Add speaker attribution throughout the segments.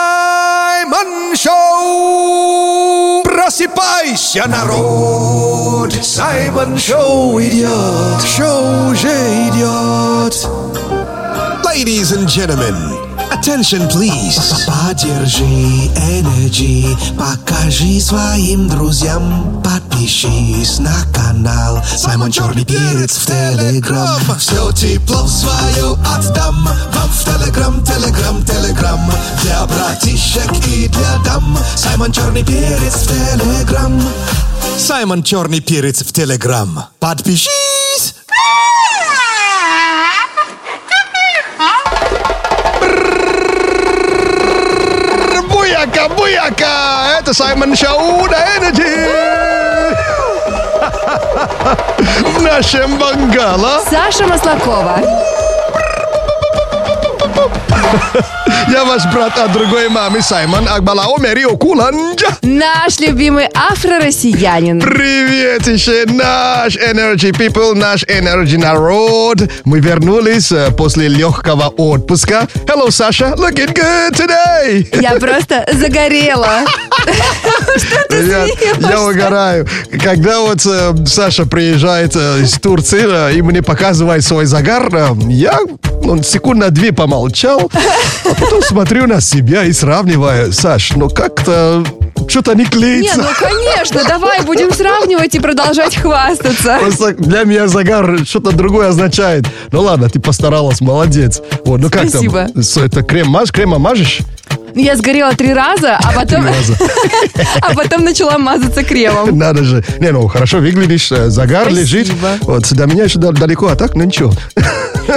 Speaker 1: Саймон Шоу! Просыпайся, народ! Саймон Шоу идет! Шоу уже идет!
Speaker 2: Ladies and gentlemen, attention please.
Speaker 3: Поддержи Energy, покажи своим друзьям, подпишись на канал Саймон Черный Перец в Телеграм.
Speaker 2: Все тепло свое отдам вам в Телеграм, Телеграм, Телеграм. Для братишек и для дам. Саймон Черный Перец в Телеграм. Саймон Черный Перец в Телеграм. Подпишись!
Speaker 1: Буяка, буяка! Это Саймон Шоу на Энерджи! В нашем бангало
Speaker 4: Саша Маслакова.
Speaker 1: я ваш брат от другой мамы Саймон Акбалао Мерио Куланджа.
Speaker 4: Наш любимый афро-россиянин.
Speaker 1: Приветище, наш Energy People, наш Energy народ. Мы вернулись э, после легкого отпуска. Hello, Саша. Looking good today.
Speaker 4: Я просто загорела. Что ты
Speaker 1: Я, я
Speaker 4: смеешься?
Speaker 1: угораю. Когда вот э, Саша приезжает э, из Турции э, и мне показывает свой загар, э, я ну, секунд на две помолчал, а потом смотрю на себя и сравниваю. Саш, ну как-то что-то не
Speaker 4: Не,
Speaker 1: клеится.
Speaker 4: ну конечно, давай будем сравнивать и продолжать хвастаться.
Speaker 1: Просто для меня загар что-то другое означает. Ну ладно, ты постаралась, молодец. Вот, ну как
Speaker 4: Спасибо.
Speaker 1: там? С- Это крем мажешь, крема мажешь?
Speaker 4: Ну, Я сгорела три раза, а потом,
Speaker 1: раза.
Speaker 4: а потом начала мазаться кремом.
Speaker 1: Надо же. Не, ну хорошо выглядишь, э, загар
Speaker 4: Спасибо.
Speaker 1: лежит. Вот, до меня еще дал- далеко, а так, ну ничего.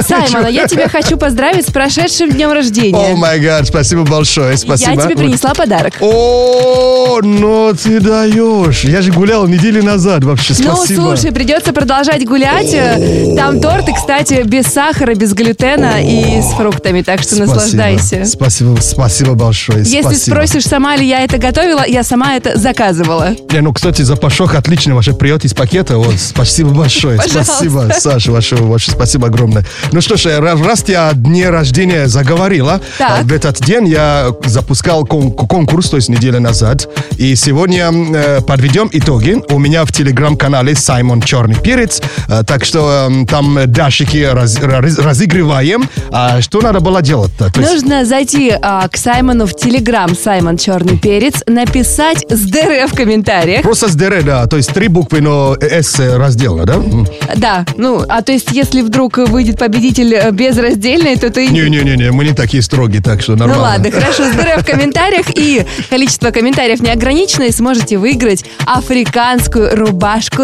Speaker 4: Саймона, я тебя хочу поздравить с прошедшим днем
Speaker 1: О
Speaker 4: рождения.
Speaker 1: май гад, спасибо большое, спасибо.
Speaker 4: Я тебе принесла подарок.
Speaker 1: О, ну ты даешь. Я же гулял неделю назад вообще,
Speaker 4: Ну,
Speaker 1: спасибо.
Speaker 4: слушай, придется продолжать гулять. Э, Там торты, кстати, без сахара, без глютена и с фруктами, так что
Speaker 1: Спасибо.
Speaker 4: наслаждайся.
Speaker 1: Спасибо, спасибо большое.
Speaker 4: Если
Speaker 1: спасибо.
Speaker 4: спросишь, сама ли я это готовила, я сама это заказывала.
Speaker 1: Не, ну, кстати, запашок отлично ваше приет из пакета. Вот, спасибо большое.
Speaker 4: Пожалуйста.
Speaker 1: Спасибо, Саша, ваше, ваше спасибо огромное. Ну что ж, раз, раз я о дне рождения заговорила,
Speaker 4: Так.
Speaker 1: э, в этот день я запускал кон- конкурс, то есть неделю назад. И сегодня э, подведем итоги. У меня в телеграм-канале Саймон Черный Перец. Э, так что э, там э, дашики раз- раз- разыгрываем. А что надо было делать-то? То есть-
Speaker 4: Нужно зайти а, к Саймону в Телеграм, Саймон Черный Перец, написать с ДР в комментариях.
Speaker 1: Просто с ДР, да, то есть три буквы, но э, С разделно, да? М.
Speaker 4: Да, ну, а то есть, если вдруг выйдет победитель э, безраздельный, то ты...
Speaker 1: Не-не-не, мы не такие строгие, так что
Speaker 4: Ну
Speaker 1: нормально.
Speaker 4: ладно, хорошо, с ДР в комментариях, и количество комментариев неограничено, и сможете выиграть африканскую рубашку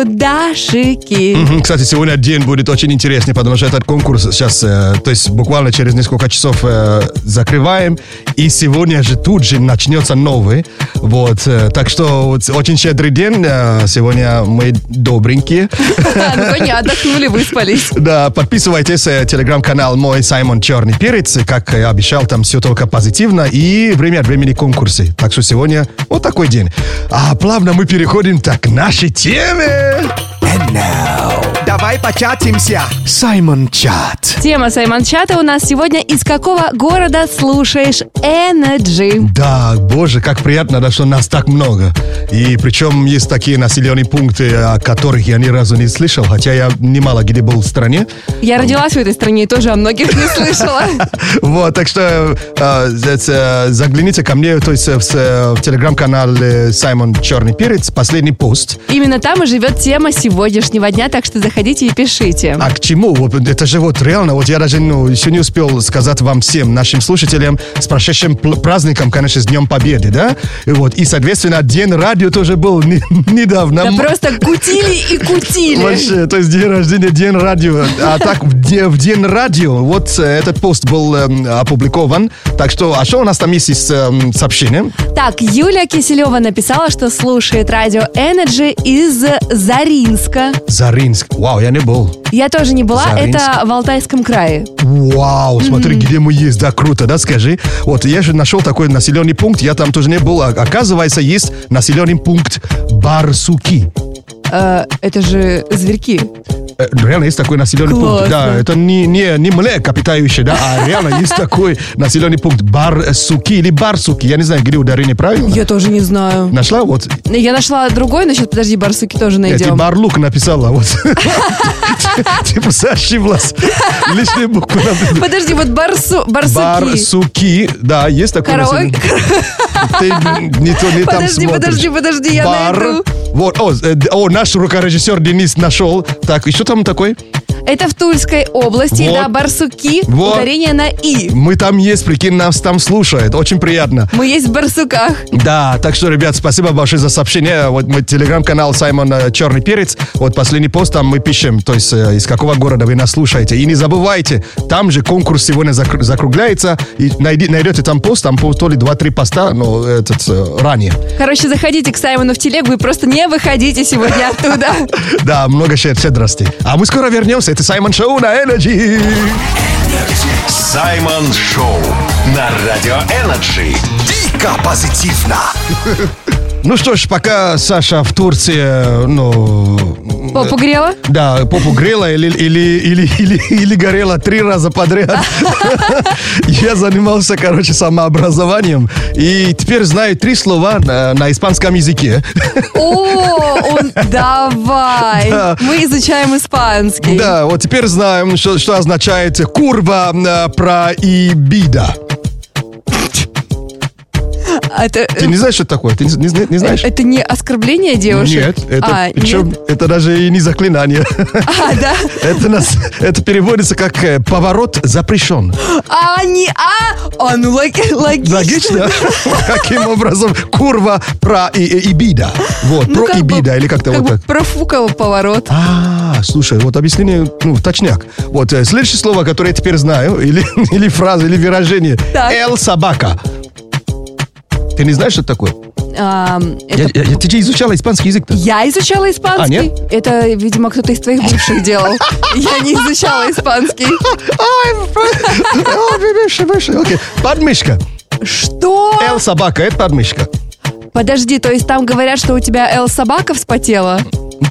Speaker 4: Дашики.
Speaker 1: Мгм, Кстати, сегодня день будет очень интересный, потому что этот конкурс сейчас, э, то есть буквально через несколько часов э, закрываем, и сегодня же тут же начнется новый, вот, э, так что вот очень щедрый день, э, сегодня мы добренькие,
Speaker 4: Ну, понятно, отдохнули, выспались.
Speaker 1: да, подписывайтесь, э, телеграм-канал мой Саймон Черный Перец, как я обещал, там все только позитивно, и время от времени конкурсы, так что сегодня вот такой день, а плавно мы переходим так к нашей теме.
Speaker 2: Давай початимся. Саймон Чат.
Speaker 4: Тема Саймон Чата у нас сегодня «Из какого города слушаешь Energy?»
Speaker 1: Да, боже, как приятно, да, что нас так много. И причем есть такие населенные пункты, о которых я ни разу не слышал, хотя я немало где был в стране.
Speaker 4: Я родилась в этой стране и тоже о многих не слышала.
Speaker 1: Вот, так что э, это, загляните ко мне, то есть э, в, с- э, в телеграм-канал э, Саймон Черный Перец, последний пост.
Speaker 4: Именно там и живет тема сегодняшнего дня, так что заходите и пишите.
Speaker 1: А к чему? Вот Это же вот реально, вот я даже ну, еще не успел сказать вам всем, нашим слушателям, с прошедшим пл- праздником, конечно, с Днем Победы, да? И вот, и, соответственно, День радио тоже был не- недавно.
Speaker 4: Да
Speaker 1: М-
Speaker 4: просто кутили и кутили.
Speaker 1: Вообще, то есть день рождения, день радио. А так, в де- в день радио, вот э, этот пост был эм, опубликован. Так что, а что у нас там есть из эм, сообщения?
Speaker 4: Так, Юлия Киселева написала, что слушает радио Energy из Заринска.
Speaker 1: Заринск. Вау, я не был.
Speaker 4: Я тоже не была,
Speaker 1: Заринск.
Speaker 4: это в Алтайском крае.
Speaker 1: Вау, смотри, где мы есть. Да, круто, да, скажи. Вот, я же нашел такой населенный пункт, я там тоже не был. А- Оказывается, есть населенный пункт Барсуки.
Speaker 4: Э, это же зверьки.
Speaker 1: э, реально есть такой населенный пункт.
Speaker 4: Классно.
Speaker 1: Да, это не, не, не млеко питающее, да, а реально есть такой населенный пункт. Бар суки или бар суки. Я не знаю, где ударение правильно.
Speaker 4: Я тоже не знаю.
Speaker 1: Нашла вот. э,
Speaker 4: Я нашла другой, но сейчас, подожди, барсуки тоже
Speaker 1: Эти
Speaker 4: найдем.
Speaker 1: барлук написала вот. Типа зашиблась. Лишние буквы. написала.
Speaker 4: Подожди, вот барсу, барсуки.
Speaker 1: Бар суки. Да, есть такой
Speaker 4: Караоке.
Speaker 1: населенный- Ты не то, не там
Speaker 4: Подожди,
Speaker 1: смотришь.
Speaker 4: подожди, подожди, я
Speaker 1: Бар.
Speaker 4: найду.
Speaker 1: Вот, о, э, д- о, наш рукорежиссер Денис нашел. Так, и что там такой?
Speaker 4: Это в Тульской области,
Speaker 1: Вот.
Speaker 4: да, барсуки,
Speaker 1: Вот.
Speaker 4: ударение на «и».
Speaker 1: Мы там есть, прикинь, нас там слушает. Очень приятно.
Speaker 4: Мы есть в барсуках.
Speaker 1: Да, так что, ребят, спасибо большое за сообщение. Вот мой телеграм-канал Саймон э, Черный Перец. Вот последний пост там мы пишем, то есть э, из какого города вы нас слушаете. И не забывайте, там же конкурс сегодня закр- закругляется. И найди- найдете там пост, там по- то ли 2-3 поста, но этот э, ранее.
Speaker 4: Короче, заходите к Саймону в телегу и просто не выходите сегодня оттуда.
Speaker 1: Да, много щед- щедрости. А мы скоро вернемся. Это Саймон Шоу на Energy.
Speaker 5: Саймон Шоу на Радио Энерджи.
Speaker 2: Дико позитивно.
Speaker 1: Ну что ж, пока Саша в Турции, э, ну,
Speaker 4: Попу грела?
Speaker 1: Да, попу грела или, или, или, или, или горела три раза подряд. Я занимался, короче, самообразованием. И теперь знаю три слова на, на испанском языке.
Speaker 4: О, он- давай.
Speaker 1: Да.
Speaker 4: Мы изучаем испанский.
Speaker 1: Да, вот теперь знаем, что, что означает курва э, проибида.
Speaker 4: Это, э,
Speaker 1: Ты не знаешь, что это такое? Ты не, не- не знаешь?
Speaker 4: это не оскорбление девушек?
Speaker 1: Нет, это,
Speaker 4: Э, А,
Speaker 1: причем,
Speaker 4: нет.
Speaker 1: это даже и не заклинание.
Speaker 4: А, да.
Speaker 1: Это, нас, это переводится как э, поворот запрещен.
Speaker 4: А, не, а. А, ну логи- логично.
Speaker 1: Логично. Каким образом курва про и, э, и- и бида. Вот,
Speaker 4: Ну,
Speaker 1: про
Speaker 4: как
Speaker 1: и
Speaker 4: бы-
Speaker 1: бида, или как-то
Speaker 4: как
Speaker 1: вот
Speaker 4: бы
Speaker 1: так.
Speaker 4: профукала поворот.
Speaker 1: А, слушай, вот объяснение, ну, точняк. Вот, э, следующее слово, которое я теперь знаю, или, или фраза, или выражение.
Speaker 4: Так.
Speaker 1: Эл собака. Ты не знаешь, что это такое?
Speaker 4: Ам, это-
Speaker 1: Я, я- я- ты же изучала испанский язык-то.
Speaker 4: Я изучала испанский.
Speaker 1: А, нет?
Speaker 4: Это, видимо, кто-то из твоих бывших делал. Я не изучала испанский.
Speaker 1: Окей. Подмышка.
Speaker 4: Что?
Speaker 1: Эл собака, это подмышка.
Speaker 4: Подожди, то есть там говорят, что у тебя Эл собака вспотела?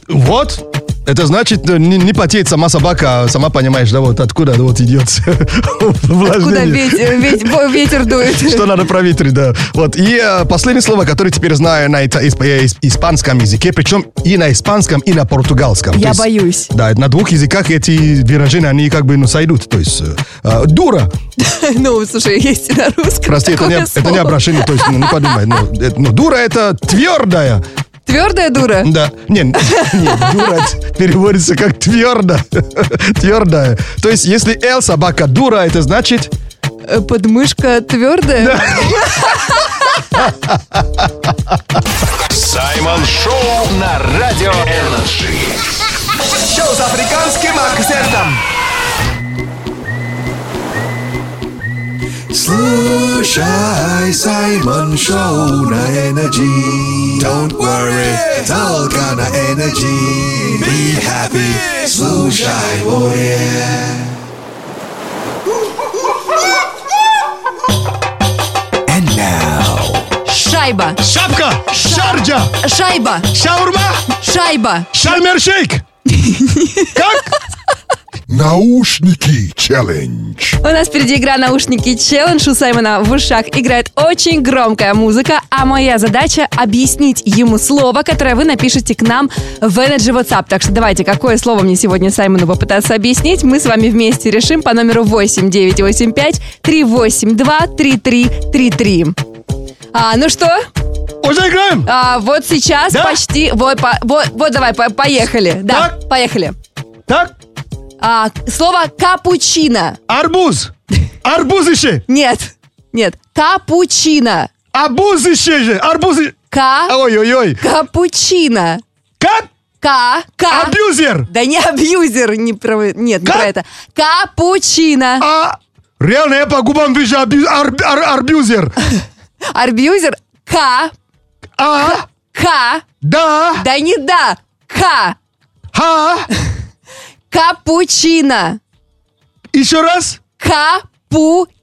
Speaker 1: Вот. Это значит, э, не, не потеет сама собака, а сама понимаешь, да, вот откуда вот идет
Speaker 4: Куда
Speaker 1: увлажнение.
Speaker 4: ветер, ветер дует?
Speaker 1: Что надо проветрить, да. Вот. И э, последнее слово, которое теперь знаю на ита- исп- э, исп- испанском языке, причем и на испанском, и на португальском. То
Speaker 4: Я
Speaker 1: есть,
Speaker 4: боюсь.
Speaker 1: Да, на двух языках эти выражения, они как бы, ну, сойдут. То есть, э, э, дура.
Speaker 4: Ну, слушай, есть и на русском
Speaker 1: Прости, это не,
Speaker 4: такое
Speaker 1: об- это не
Speaker 4: слово.
Speaker 1: обращение, то есть, ну, не подумай. Ну, э, ну, дура это твердая.
Speaker 4: Твердая дура?
Speaker 1: Да. Не, не, дура переводится как твердо. Твердая. То есть, если L собака дура, это значит...
Speaker 4: Э, Подмышка твердая?
Speaker 5: Саймон Шоу на Радио Энерджи.
Speaker 2: Шоу с африканским акцентом.
Speaker 3: Слушай, Саймон Шоу на Energy. Don't worry, только на Energy. Be happy, слушай, oh yeah. And now.
Speaker 4: Шайба.
Speaker 1: Шапка! Шарджа!
Speaker 4: Шайба.
Speaker 1: Шаурма!
Speaker 4: Шайба.
Speaker 1: Шальмершейк! Как?
Speaker 6: Наушники челлендж.
Speaker 4: У нас впереди игра «Наушники челлендж». У Саймона в ушах играет очень громкая музыка, а моя задача — объяснить ему слово, которое вы напишете к нам в Energy WhatsApp. Так что давайте, какое слово мне сегодня Саймону попытаться объяснить, мы с вами вместе решим по номеру 8985-382-3333. А, ну что,
Speaker 1: Уже играем?
Speaker 4: а, вот сейчас
Speaker 1: Да?
Speaker 4: почти... Вот, по- вот, вот давай, по- поехали. Да,
Speaker 1: Так.
Speaker 4: поехали.
Speaker 1: Так,
Speaker 4: А, слово «капучино».
Speaker 1: арбуз. Арбузище.
Speaker 4: Нет, нет. Капучино.
Speaker 1: Арбузище же. Арбузище.
Speaker 4: Ка.
Speaker 1: Ой-ой-ой.
Speaker 4: Капучино.
Speaker 1: Как?
Speaker 4: Ка. Ка.
Speaker 1: Абьюзер.
Speaker 4: Да не абьюзер, не про... Нет, не
Speaker 1: Ка-
Speaker 4: про это. Капучино.
Speaker 1: А... Реально, я по губам вижу абью- ар- ар- арбюзер.
Speaker 4: Арбьюзер. Ка.
Speaker 1: А,
Speaker 4: Ка.
Speaker 1: да,
Speaker 4: Да не да. Ка.
Speaker 1: ха.
Speaker 4: Капучино.
Speaker 1: Еще раз.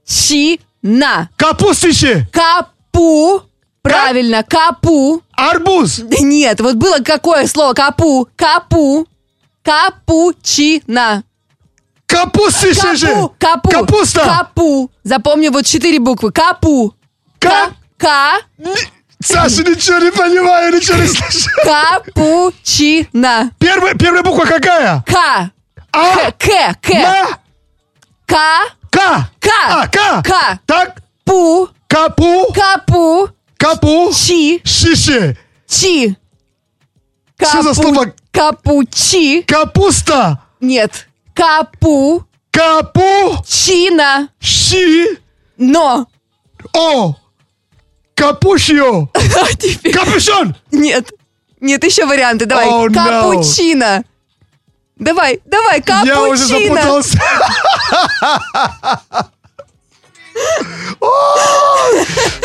Speaker 4: Капучино.
Speaker 1: Капустище.
Speaker 4: Капу. Правильно, капу.
Speaker 1: Арбуз.
Speaker 4: Да нет, вот было какое слово капу. Капу. Капучина.
Speaker 1: Капусты же!
Speaker 4: Капу, капу,
Speaker 1: Капуста!
Speaker 4: Капу. Запомни вот четыре буквы. Капу.
Speaker 1: Ка-
Speaker 4: Ка.
Speaker 1: Саша, ничего не понимаю, ничего не слышу.
Speaker 4: Капучина.
Speaker 1: Первая, первая буква какая?
Speaker 4: К.
Speaker 1: А,
Speaker 4: К. К. К.
Speaker 1: на,
Speaker 4: К.
Speaker 1: ка.
Speaker 4: Ка.
Speaker 1: А, ка.
Speaker 4: Ка.
Speaker 1: Так,
Speaker 4: Пу.
Speaker 1: капу,
Speaker 4: Капу.
Speaker 1: капу,
Speaker 4: Чи.
Speaker 1: шише,
Speaker 4: Чи.
Speaker 1: Что за
Speaker 4: Капу-
Speaker 1: слово?
Speaker 4: Капучи.
Speaker 1: капуста,
Speaker 4: Нет. Капу.
Speaker 1: капу,
Speaker 4: Чина.
Speaker 1: ши,
Speaker 4: Но.
Speaker 1: о, капушио,
Speaker 4: А теперь-
Speaker 1: капюшон.
Speaker 4: Нет. Нет, еще варианты. Давай.
Speaker 1: Oh, no.
Speaker 4: Капучино. Давай, давай, капучино.
Speaker 1: Я уже запутался.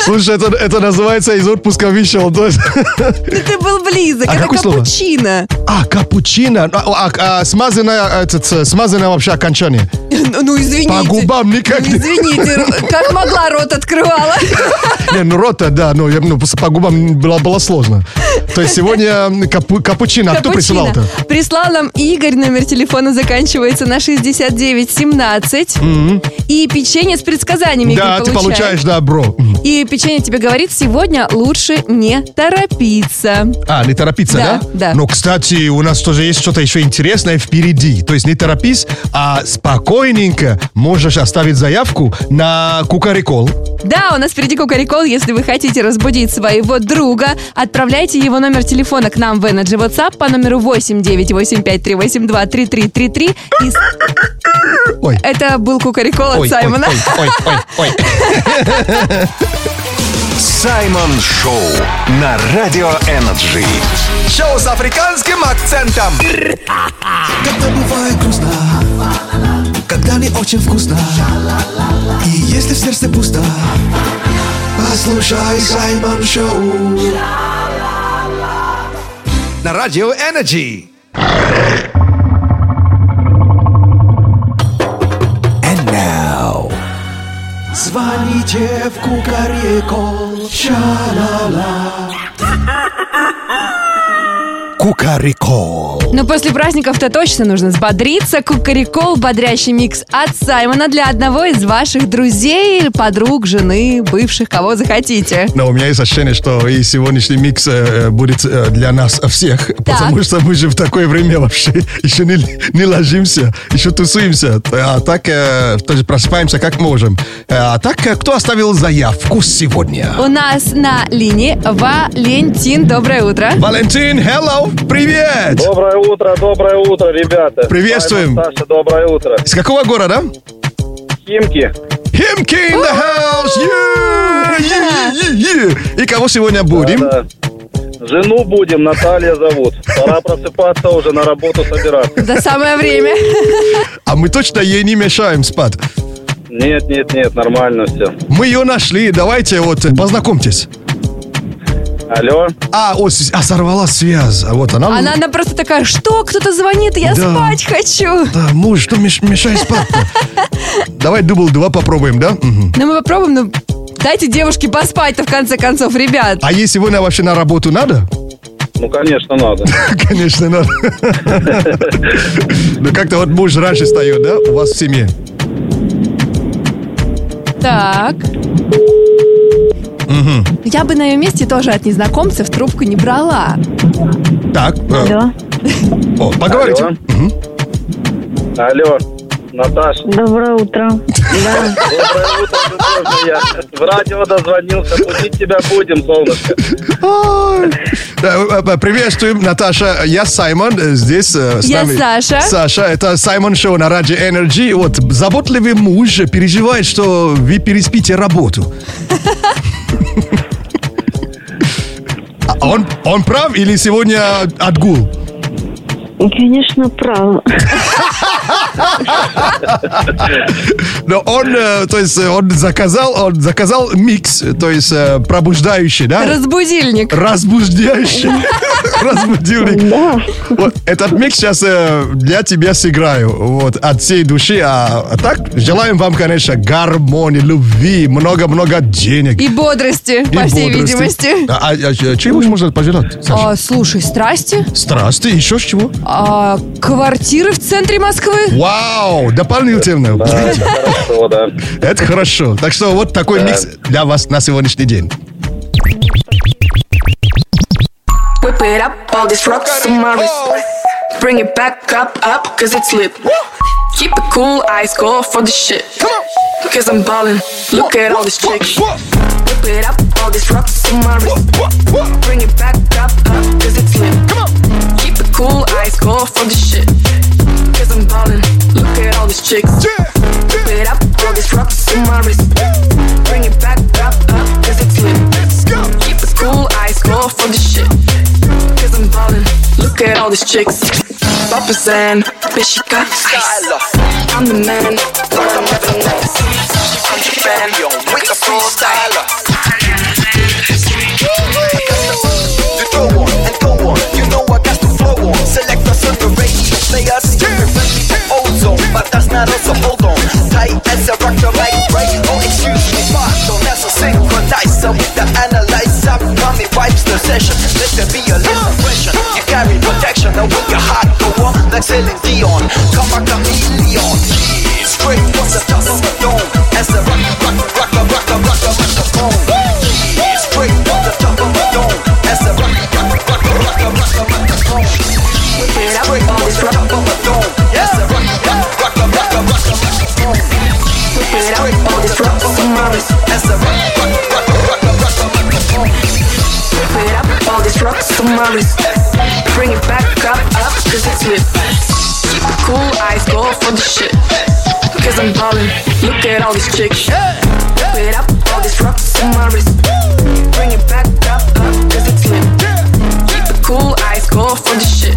Speaker 1: Слушай, это, это называется из отпуска вышел. то есть-
Speaker 4: Да ты был близок.
Speaker 1: А
Speaker 4: Это
Speaker 1: какое слово?
Speaker 4: капучино.
Speaker 1: А, капучино. А, а, а, смазанное, этот, э, смазанное вообще окончание.
Speaker 4: Ну, ну, извините.
Speaker 1: По губам
Speaker 4: Ну,
Speaker 1: никак не...
Speaker 4: извините, р- как могла, рот открывала.
Speaker 1: Не, ну рота, да, но я, ну, просто по губам было, было сложно. То есть сегодня капу- капучино. А кто
Speaker 4: Капучино.
Speaker 1: присылал-то?
Speaker 4: Прислал нам Игорь, номер телефона заканчивается на 6917. И печенье с предсказаниями
Speaker 1: Да,
Speaker 4: Игорь
Speaker 1: ты
Speaker 4: получает.
Speaker 1: получаешь добро. М.
Speaker 4: И печенье тебе говорит, сегодня лучше не торопиться.
Speaker 1: А, не торопиться, да?
Speaker 4: Да, да.
Speaker 1: Но, кстати, у нас тоже есть что-то еще интересное впереди. То есть не торопись, а спокойненько можешь оставить заявку на Кукарикол.
Speaker 4: Да, у нас впереди Кукарикол. Если вы хотите разбудить своего друга, отправляйте его номер телефона к нам в Energy WhatsApp по номеру 89853823333. И с-
Speaker 1: Ой.
Speaker 4: Это был Кукарикол от
Speaker 1: Ой, ой,
Speaker 4: Саймона.
Speaker 1: ой, ой, ой, ой.
Speaker 5: Саймон Шоу на Радио Энерджи.
Speaker 3: Шоу с африканским акцентом.
Speaker 2: Когда бывает грустно, когда не очень вкусно, и если в сердце пусто, послушай Саймон Шоу.
Speaker 3: На радио Energy. And now.
Speaker 2: Звоните в Кукарекол, ша-ла-ла.
Speaker 3: Кукарикол.
Speaker 4: Но после праздников-то точно нужно взбодриться. Кукарикол – бодрящий микс от Саймона для одного из ваших друзей, подруг, жены, бывших, кого захотите.
Speaker 1: Но у меня есть ощущение, что и сегодняшний микс э, э, будет э, для нас всех, потому что мы же в такое время вообще еще не, не ложимся, еще тусуемся, а так э, тоже просыпаемся как можем. Э, А так, э, кто оставил заявку сегодня?
Speaker 4: У нас на линии Валентин. Доброе утро.
Speaker 1: Валентин, hello, привет!
Speaker 6: Доброе утро, доброе утро, ребята.
Speaker 1: Приветствуем.
Speaker 6: Саймон, Саша, доброе утро.
Speaker 1: Из какого города?
Speaker 6: Химки.
Speaker 1: Химки in the house! Yeah! Yeah, yeah, yeah. И кого сегодня будем?
Speaker 6: Да. Жену будем, Наталья зовут. Пора просыпаться уже, на работу собираться.
Speaker 4: За самое время.
Speaker 1: А мы точно ей не мешаем спать.
Speaker 6: Нет, нет, нет, нормально все.
Speaker 1: Мы ее нашли, давайте вот э, познакомьтесь.
Speaker 6: Алло.
Speaker 1: А, о, с- а сорвала связь. А вот она...
Speaker 4: Она, она просто такая, что, кто-то звонит, я
Speaker 1: Да.
Speaker 4: спать хочу.
Speaker 1: Да, муж, что меш- мешай спать Давай дубл 2 попробуем, да? Мгм.
Speaker 4: Ну, мы попробуем, ну, дайте девушке поспать-то, в конце концов, ребят.
Speaker 1: А ей сегодня вообще на работу надо?
Speaker 6: Ну, конечно, надо.
Speaker 1: Конечно, надо. Ну, как-то вот муж раньше встает, да, у вас в семье?
Speaker 4: Так. Я бы на ее месте тоже от незнакомцев трубку не брала.
Speaker 1: Так. э,
Speaker 7: Алло,
Speaker 1: О, поговорите.
Speaker 6: Алло. Алло. Наташ,
Speaker 7: доброе утро. Да,
Speaker 6: доброе утро, любовь моя. В радио дозвонился, будить тебя будем, солнышко.
Speaker 1: Ой. Да, э, э, Приветствуем, Наташа. Я Саймон, э, здесь э, с
Speaker 4: Я
Speaker 1: нами.
Speaker 4: Саша.
Speaker 1: Саша, это Саймон Шоу на Радио Энерджи. Вот, заботливый муж переживает, что вы переспите работу. А Он, он прав или сегодня отгул?
Speaker 7: конечно, прав.
Speaker 1: Но он, э, то есть, э, он заказал, он заказал микс, э, то есть, э, пробуждающий, да?
Speaker 4: Разбудильник.
Speaker 1: Разбуждающий. Разбудильник.
Speaker 7: Да.
Speaker 1: Вот этот микс сейчас э, для тебя сыграю. Вот, от всей души. А, а так, желаем вам, конечно, гармонии, любви, много-много денег.
Speaker 4: И бодрости, по всей
Speaker 1: бодрости.
Speaker 4: видимости.
Speaker 1: А, а, а чего еще можно пожелать, Саша?
Speaker 4: А, слушай, страсти?
Speaker 1: Страсти, еще с чего?
Speaker 4: А, квартиры в центре Москвы?
Speaker 1: Вау, дополнительно.
Speaker 6: Да, А, это хорошо, да.
Speaker 1: Это хорошо. Так что вот такой микс для вас на сегодняшний день.
Speaker 8: Whip it up, all this rocks on my wrist. Bring it back up, up, cause it's lit. Keep it cool, eyes go for the shit. Cause I'm ballin', look at all these chicks. Whip it up, all these rocks on my wrist. Bring it back up, up, cause it's lit. Keep it cool, eyes go for the shit. Cause I'm ballin', look at all these chicks. Whip it up, all these rocks on my wrist. Bring it back up, up, cause it's lit. Keep it cool, eyes go for the shit. Cause I'm ballin', look at all these chicks. Papa Zan, bitch, you got style. I'm the man, like I'm never next. I'm the fan, with the freestyler.
Speaker 3: You throw on and go on. You know I got the flow on. Select us on the range of players. Yeah. Ozone, but that's not us. So hold on. Tight as a rock the mic, right? Oh, excuse me, pardon. That's a synchronizer with the analyzer. Mommy wipes the session. Let there be a little pressure. You carry protection. Now with your heart go on like Celine Dion. Come on, chameleon. Yeah, Straight from the top of the dome. As a rock, rock, rock, rock, rock, rock, rock, rock, the phone. Yeah, Straight from the top of the dome. As a rock, rock, rock, rock, rock, rock, rock, rock, the phone.
Speaker 8: Whip it up,
Speaker 3: Straight
Speaker 8: all
Speaker 3: from the
Speaker 8: this rock,
Speaker 3: top of the dome. As a rock, rock, rock, rock, rock, rock, rock, rock, the phone.
Speaker 8: whip it up, all this rock on my wrist.
Speaker 3: As a rock, rock, rock, rock, rock, rock, rock, the phone.
Speaker 8: Whip it up, all this rock on my wrist. Bring it back up, up, cause it's lit. Keep it cool, eyes go for the shit. Cause I'm ballin', look at all these chicks. Whip it up, all this rock on my wrist. Bring it back up, up, cause it's lit. Keep it cool, eyes go for the shit.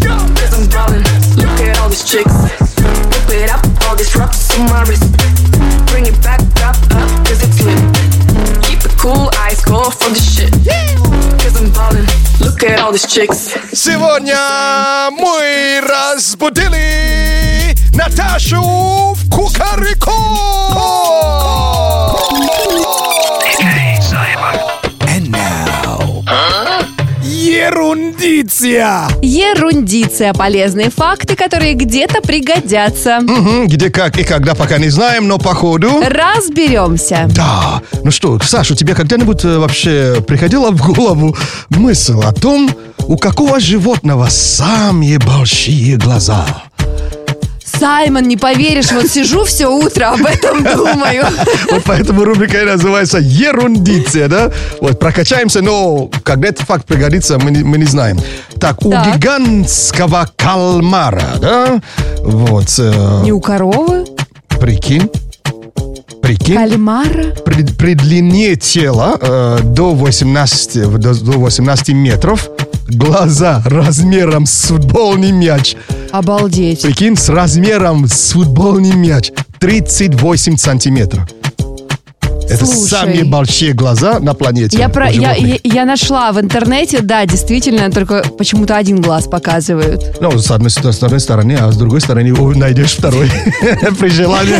Speaker 8: Cause I'm ballin', look at all these chicks. Whip it up, all this rock on my wrist. Bring it back up, up, cause it's lit. Keep it cool, eyes go for the shit. Cause I'm ballin', look at all these chicks.
Speaker 1: Сегодня мы разбудили Наташу в Кукарику!
Speaker 3: Ерундиция!
Speaker 4: Ерундиция. Полезные факты, которые где-то пригодятся.
Speaker 1: Мгм, Где, как и когда, пока не знаем, но походу...
Speaker 4: Разберемся.
Speaker 1: Да, ну что, Саша, тебе когда-нибудь э, вообще приходила в голову мысль о том, у какого животного самые большие глаза?
Speaker 4: Саймон, не поверишь, вот сижу все утро об этом думаю.
Speaker 1: Вот поэтому рубрика и называется «Ерундиция», да? Вот, прокачаемся, но когда этот факт пригодится, мы не, мы не знаем. Так, у
Speaker 4: Так.
Speaker 1: гигантского кальмара, да? Вот, э,
Speaker 4: Не у коровы,
Speaker 1: прикинь, прикинь.
Speaker 4: кальмара.
Speaker 1: при, при длине тела э, до, 18, в- до, до 18 метров глаза размером с футбольный мяч.
Speaker 4: Обалдеть.
Speaker 1: Прикинь, с размером с футбольный мяч. 38 сантиметров. Это
Speaker 4: Слушай.
Speaker 1: самые большие глаза на планете.
Speaker 4: Я,
Speaker 1: у
Speaker 4: про, я,
Speaker 1: животных.
Speaker 4: я, я нашла в интернете, да, действительно, только почему-то один глаз показывают.
Speaker 1: Ну, с одной, с одной стороны, а с другой стороны о, найдешь второй при желании.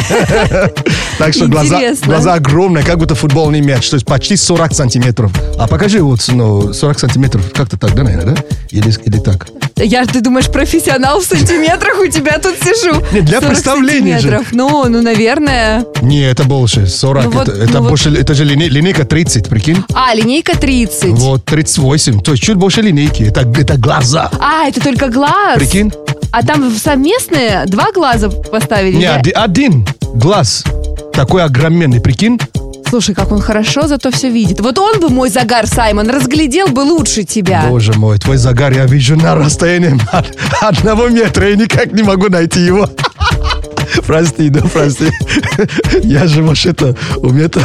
Speaker 1: Так что глаза,
Speaker 4: Интересно.
Speaker 1: глаза огромные, как будто футбольный мяч, то есть почти 40 сантиметров. А покажи вот, ну, 40 сантиметров, как-то так, да, наверное, да? Или, или так?
Speaker 4: Я, ты думаешь, профессионал в сантиметрах у тебя тут сижу?
Speaker 1: Не, для
Speaker 4: 40
Speaker 1: представления же.
Speaker 4: сантиметров. Ну, ну, наверное.
Speaker 1: Не, это больше, 40,
Speaker 4: Ну вот,
Speaker 1: это, это
Speaker 4: ну вот.
Speaker 1: больше, это же линей- линейка 30, прикинь?
Speaker 4: А, линейка 30.
Speaker 1: Вот, 38, то есть чуть больше линейки, это, это глаза.
Speaker 4: А, это только глаз.
Speaker 1: Прикинь?
Speaker 4: А там в совместные два глаза поставили?
Speaker 1: Не,
Speaker 4: да?
Speaker 1: оди- один глаз такой огроменный, прикинь?
Speaker 4: Слушай, как он хорошо зато все видит. Вот он бы мой загар, Саймон, разглядел бы лучше тебя.
Speaker 1: Боже мой, твой загар я вижу на расстоянии от- одного метра и никак не могу найти его. Прости, да, прости. Я же, может, это, у меня это...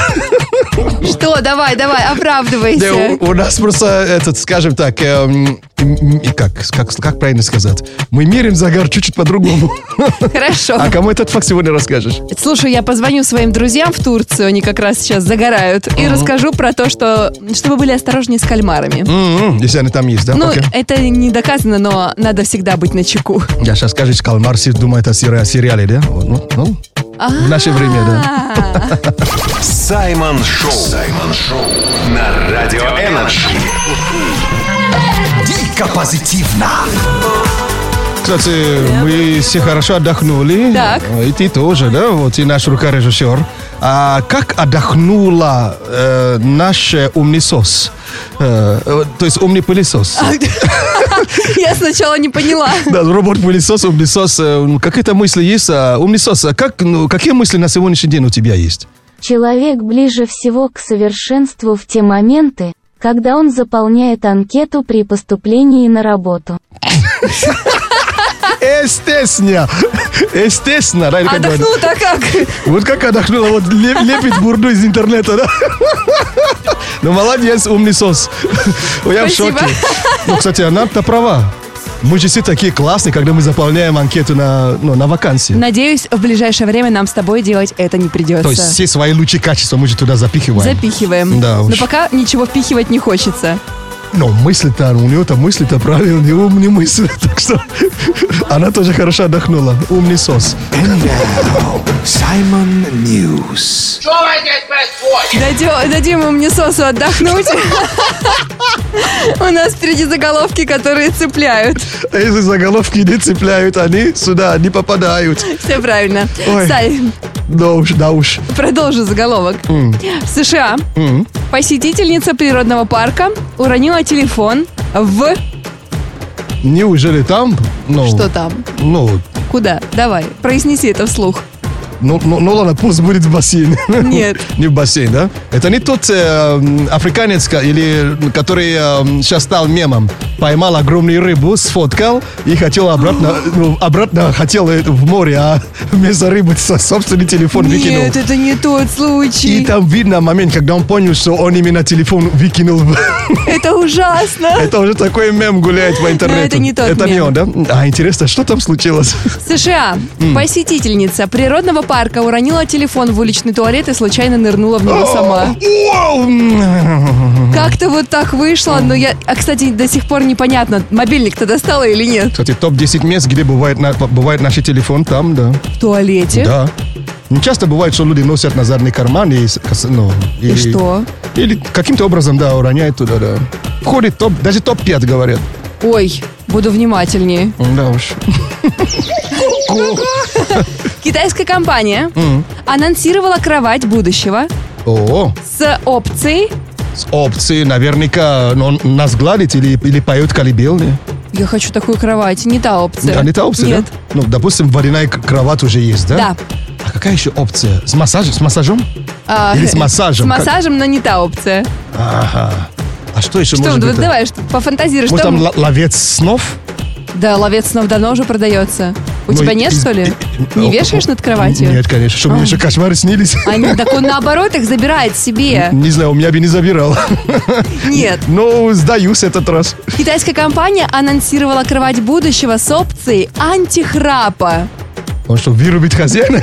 Speaker 4: Что Что, давай, давай,
Speaker 1: Да,
Speaker 4: оправдывайся.
Speaker 1: у, у нас просто этот, скажем так, эм, м- и как, как, как правильно сказать? Мы мерим загар чуть-чуть по-другому.
Speaker 4: Хорошо.
Speaker 1: А кому этот факт сегодня расскажешь?
Speaker 4: Слушай, я позвоню своим друзьям в Турцию, они как раз сейчас загорают, и расскажу про то, что чтобы были осторожнее с кальмарами.
Speaker 1: М-м, Если они там есть, да?
Speaker 4: Ну,
Speaker 1: Окей.
Speaker 4: это не доказано, но надо всегда быть начеку.
Speaker 1: Я сейчас скажешь, Калмар си- думает о сери- о сериале, да? Вот, Ну, ну, в наше время, да.
Speaker 4: А,
Speaker 5: Саймон Шоу. Саймон Шоу. На Радио Энерджи.
Speaker 2: Дико позитивно.
Speaker 1: Кстати, мы все хорошо отдохнули. А,
Speaker 4: Так.
Speaker 1: И ты тоже, да? Вот и наш рукорежиссер. А как отдохнула э, наш э, умный сос? Э, э, то есть умный пылесос.
Speaker 4: А. Я сначала не поняла.
Speaker 1: Да, робот-пылесос, умный сос. э, ну, Какие-то мысли есть? а, Умный сос, а как, ну, какие мысли на сегодняшний день у тебя есть?
Speaker 9: Человек ближе всего к совершенству в те моменты, когда он заполняет анкету при поступлении на работу.
Speaker 1: Естественно. Естественно, да? или как говорят?
Speaker 4: Отдохнул-то а как?
Speaker 1: Вот как отдохнула, вот леп- лепит бурду из интернета, да? Ну, молодец, умный сос. Ой, Я в
Speaker 4: Спасибо.
Speaker 1: шоке. Ну, кстати, она-то права. Мы же все такие классные, когда мы заполняем анкету на, ну, на вакансию.
Speaker 4: Надеюсь, в ближайшее время нам с тобой делать это не
Speaker 1: То есть
Speaker 4: придется.
Speaker 1: все свои лучшие качества мы же туда запихиваем.
Speaker 4: Запихиваем.
Speaker 1: Да
Speaker 4: Но
Speaker 1: уж.
Speaker 4: пока ничего впихивать не хочется.
Speaker 1: Но мысли-то, ну, у нее-то мысли-то правильные, умные мысли. Так что она тоже хорошо отдохнула. Умный сос.
Speaker 2: Саймон Ньюс.
Speaker 4: Дадим, дадим ему мне сосу отдохнуть. У нас впереди заголовки, которые цепляют.
Speaker 1: А если заголовки не цепляют, они сюда не попадают.
Speaker 4: Все правильно.
Speaker 1: Ой.
Speaker 4: Сай,
Speaker 1: Да уж, да уж.
Speaker 4: продолжу заголовок. В США посетительница природного парка уронила телефон в...
Speaker 1: Неужели там? Ну,
Speaker 4: Что там?
Speaker 1: Ну,
Speaker 4: Куда? Давай, произнеси это вслух.
Speaker 1: ну, ну, ну ладно, пусть будет в бассейне.
Speaker 4: Нет.
Speaker 1: Не в бассейн, да? Это не тот э, м, африканец, ко- или, м, который сейчас стал мемом. Поймал огромную рыбу, сфоткал и хотел обратно, ну, обратно хотел э, в море, а вместо рыбы со- собственный телефон выкинул.
Speaker 4: Нет, это не тот
Speaker 1: И
Speaker 4: случай.
Speaker 1: там видно момент, когда он понял, что он именно телефон выкинул.
Speaker 4: Это ужасно.
Speaker 1: Это уже такой мем гуляет по интернету.
Speaker 4: это не тот
Speaker 1: Это не
Speaker 4: мем.
Speaker 1: он, да? А интересно, что там случилось?
Speaker 4: США. Посетительница природного парка уронила телефон в уличный туалет и случайно нырнула в него сама.
Speaker 1: Вау!
Speaker 4: Как-то вот так вышло, но я... А, кстати, до сих пор непонятно, мобильник-то достала или нет.
Speaker 1: Кстати, топ-10 мест, где бывает, на- бывает наш телефон, там, да.
Speaker 4: В туалете.
Speaker 1: Да. Не часто бывает, что люди носят на задний карман и... с- кос- ну,
Speaker 4: И что?
Speaker 1: Или каким-то образом, да, уроняют туда, да. Входит топ, даже топ-5, говорят.
Speaker 4: Ой, буду внимательнее.
Speaker 1: Да уж.
Speaker 4: Китайская компания анонсировала кровать будущего
Speaker 1: О,
Speaker 4: с опцией...
Speaker 1: с опцией наверняка ну, он нас гладит или, или поет колыбельные.
Speaker 4: Я хочу такую кровать. Не та опция.
Speaker 1: А не та опция,
Speaker 4: Нет.
Speaker 1: да? Ну, допустим, водяная к- кровать уже есть, да?
Speaker 4: Да.
Speaker 1: А какая еще опция? С массажем? С массажем?
Speaker 4: А,
Speaker 1: Или с массажем,
Speaker 4: С
Speaker 1: как?
Speaker 4: массажем, но не та опция.
Speaker 1: Ага. А что еще
Speaker 4: Что, ну,
Speaker 1: может
Speaker 4: вот
Speaker 1: быть?
Speaker 4: давай, что- пофантазируй,
Speaker 1: Может,
Speaker 4: что...
Speaker 1: там л- ловец снов?
Speaker 4: Да, ловец снов давно уже продается. У
Speaker 1: Ну,
Speaker 4: тебя
Speaker 1: и-
Speaker 4: нет,
Speaker 1: и-
Speaker 4: что ли?
Speaker 1: и-
Speaker 4: Не
Speaker 1: о,
Speaker 4: вешаешь
Speaker 1: о,
Speaker 4: над кроватью? А.
Speaker 1: Нет, конечно, чтобы мне еще кошмары снились.
Speaker 4: Они, так он наоборот их забирает себе.
Speaker 1: Не знаю, у меня бы не забирал.
Speaker 4: Нет.
Speaker 1: Но сдаюсь этот раз.
Speaker 4: Китайская компания анонсировала кровать будущего с опцией антихрапа.
Speaker 1: Он что, вырубит хозяина?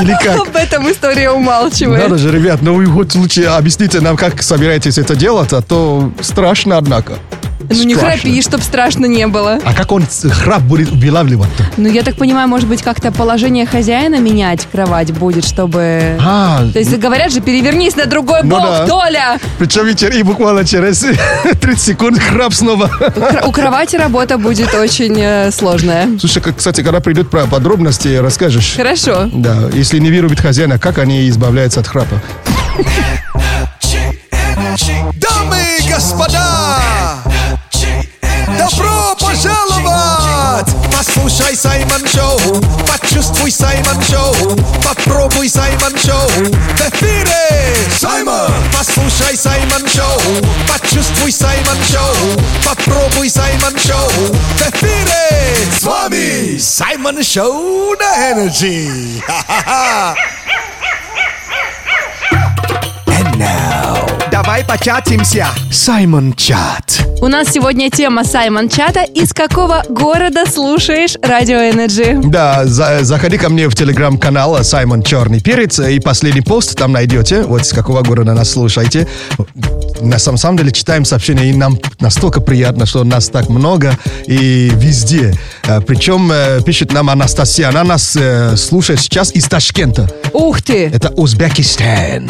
Speaker 1: Или как?
Speaker 4: Об этом история умалчивает.
Speaker 1: Надо же, ребят, ну вы хоть лучше объясните нам, как собираетесь это делать, а то страшно, однако.
Speaker 4: ну не
Speaker 1: страшно.
Speaker 4: храпи, чтоб страшно не было.
Speaker 1: А как он с- храп будет вылавливать-то?
Speaker 4: Ну, я так понимаю, может быть, как-то положение хозяина менять кровать будет, чтобы...
Speaker 1: А,
Speaker 4: То есть говорят же, перевернись на другой
Speaker 1: Ну
Speaker 4: бок,
Speaker 1: да.
Speaker 4: Толя!
Speaker 1: причем вечер и буквально через 30 секунд храп снова.
Speaker 4: Кра- У кровати работа будет очень э, сложная.
Speaker 1: Слушай, как, кстати, когда придет про подробности, расскажешь.
Speaker 4: Хорошо.
Speaker 1: Да, если не вырубит хозяина, как они избавляются от храпа?
Speaker 2: Дамы и господа! Добро пожаловать! Послушай Саймон Шоу, почувствуй Саймон Шоу, попробуй Саймон Шоу. В эфире Саймон! Послушай Саймон Шоу, почувствуй Саймон Шоу, попробуй Саймон Шоу. В эфире с вами Саймон Шоу на Energy. Ха-ха-ха! Давай початимся. Саймон Чат.
Speaker 4: У нас сегодня тема Саймон Чата. Из какого города слушаешь Радио Энерджи?
Speaker 1: Да, за- э, заходи ко мне в телеграм-канал э, Саймон Черный Перец, э, и последний пост там найдете, вот с какого города нас слушаете. На самом, самом деле читаем сообщения, и нам настолько приятно, что нас так много и везде. Э, Причем э, пишет нам Анастасия, она нас э, слушает сейчас из Ташкента.
Speaker 4: Ух ты!
Speaker 1: Это Узбекистан.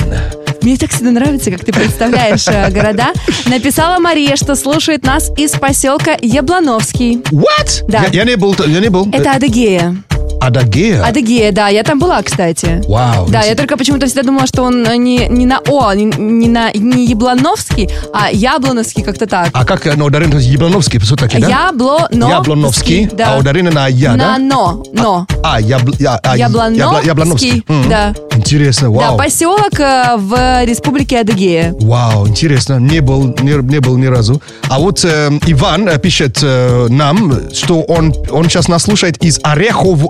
Speaker 4: Мне так всегда нравится, как ты представляешь э, города. Написала Мария, что слушает нас из поселка Яблановский.
Speaker 1: What?
Speaker 4: Да.
Speaker 1: Я, я не был, т- я не был.
Speaker 4: Это Адыгея.
Speaker 1: Э, Адыгея.
Speaker 4: Адыгея, да, я там была, кстати.
Speaker 1: Вау.
Speaker 4: Да, я только почему-то всегда думала, что он э, не, не на О, не, не на не Яблановский, а Яблоновский как-то так.
Speaker 1: А как оно ударение? То есть Яблоновский, все-таки, А, да?
Speaker 4: Яблоновский.
Speaker 1: Яблоновский,
Speaker 4: да.
Speaker 1: а ударение на «я»,
Speaker 4: На
Speaker 1: да?
Speaker 4: «но», «но».
Speaker 1: А, ябл- я- а,
Speaker 4: Яблоновский,
Speaker 1: ябла- Яблоновский. М.
Speaker 4: да.
Speaker 1: Интересно,
Speaker 4: Да,
Speaker 1: вау.
Speaker 4: поселок э, в республике Адыгея.
Speaker 1: Вау, интересно, не был, не, не был ни разу. А вот э, Иван э, пишет э, нам, что он, он сейчас нас слушает из Орехов,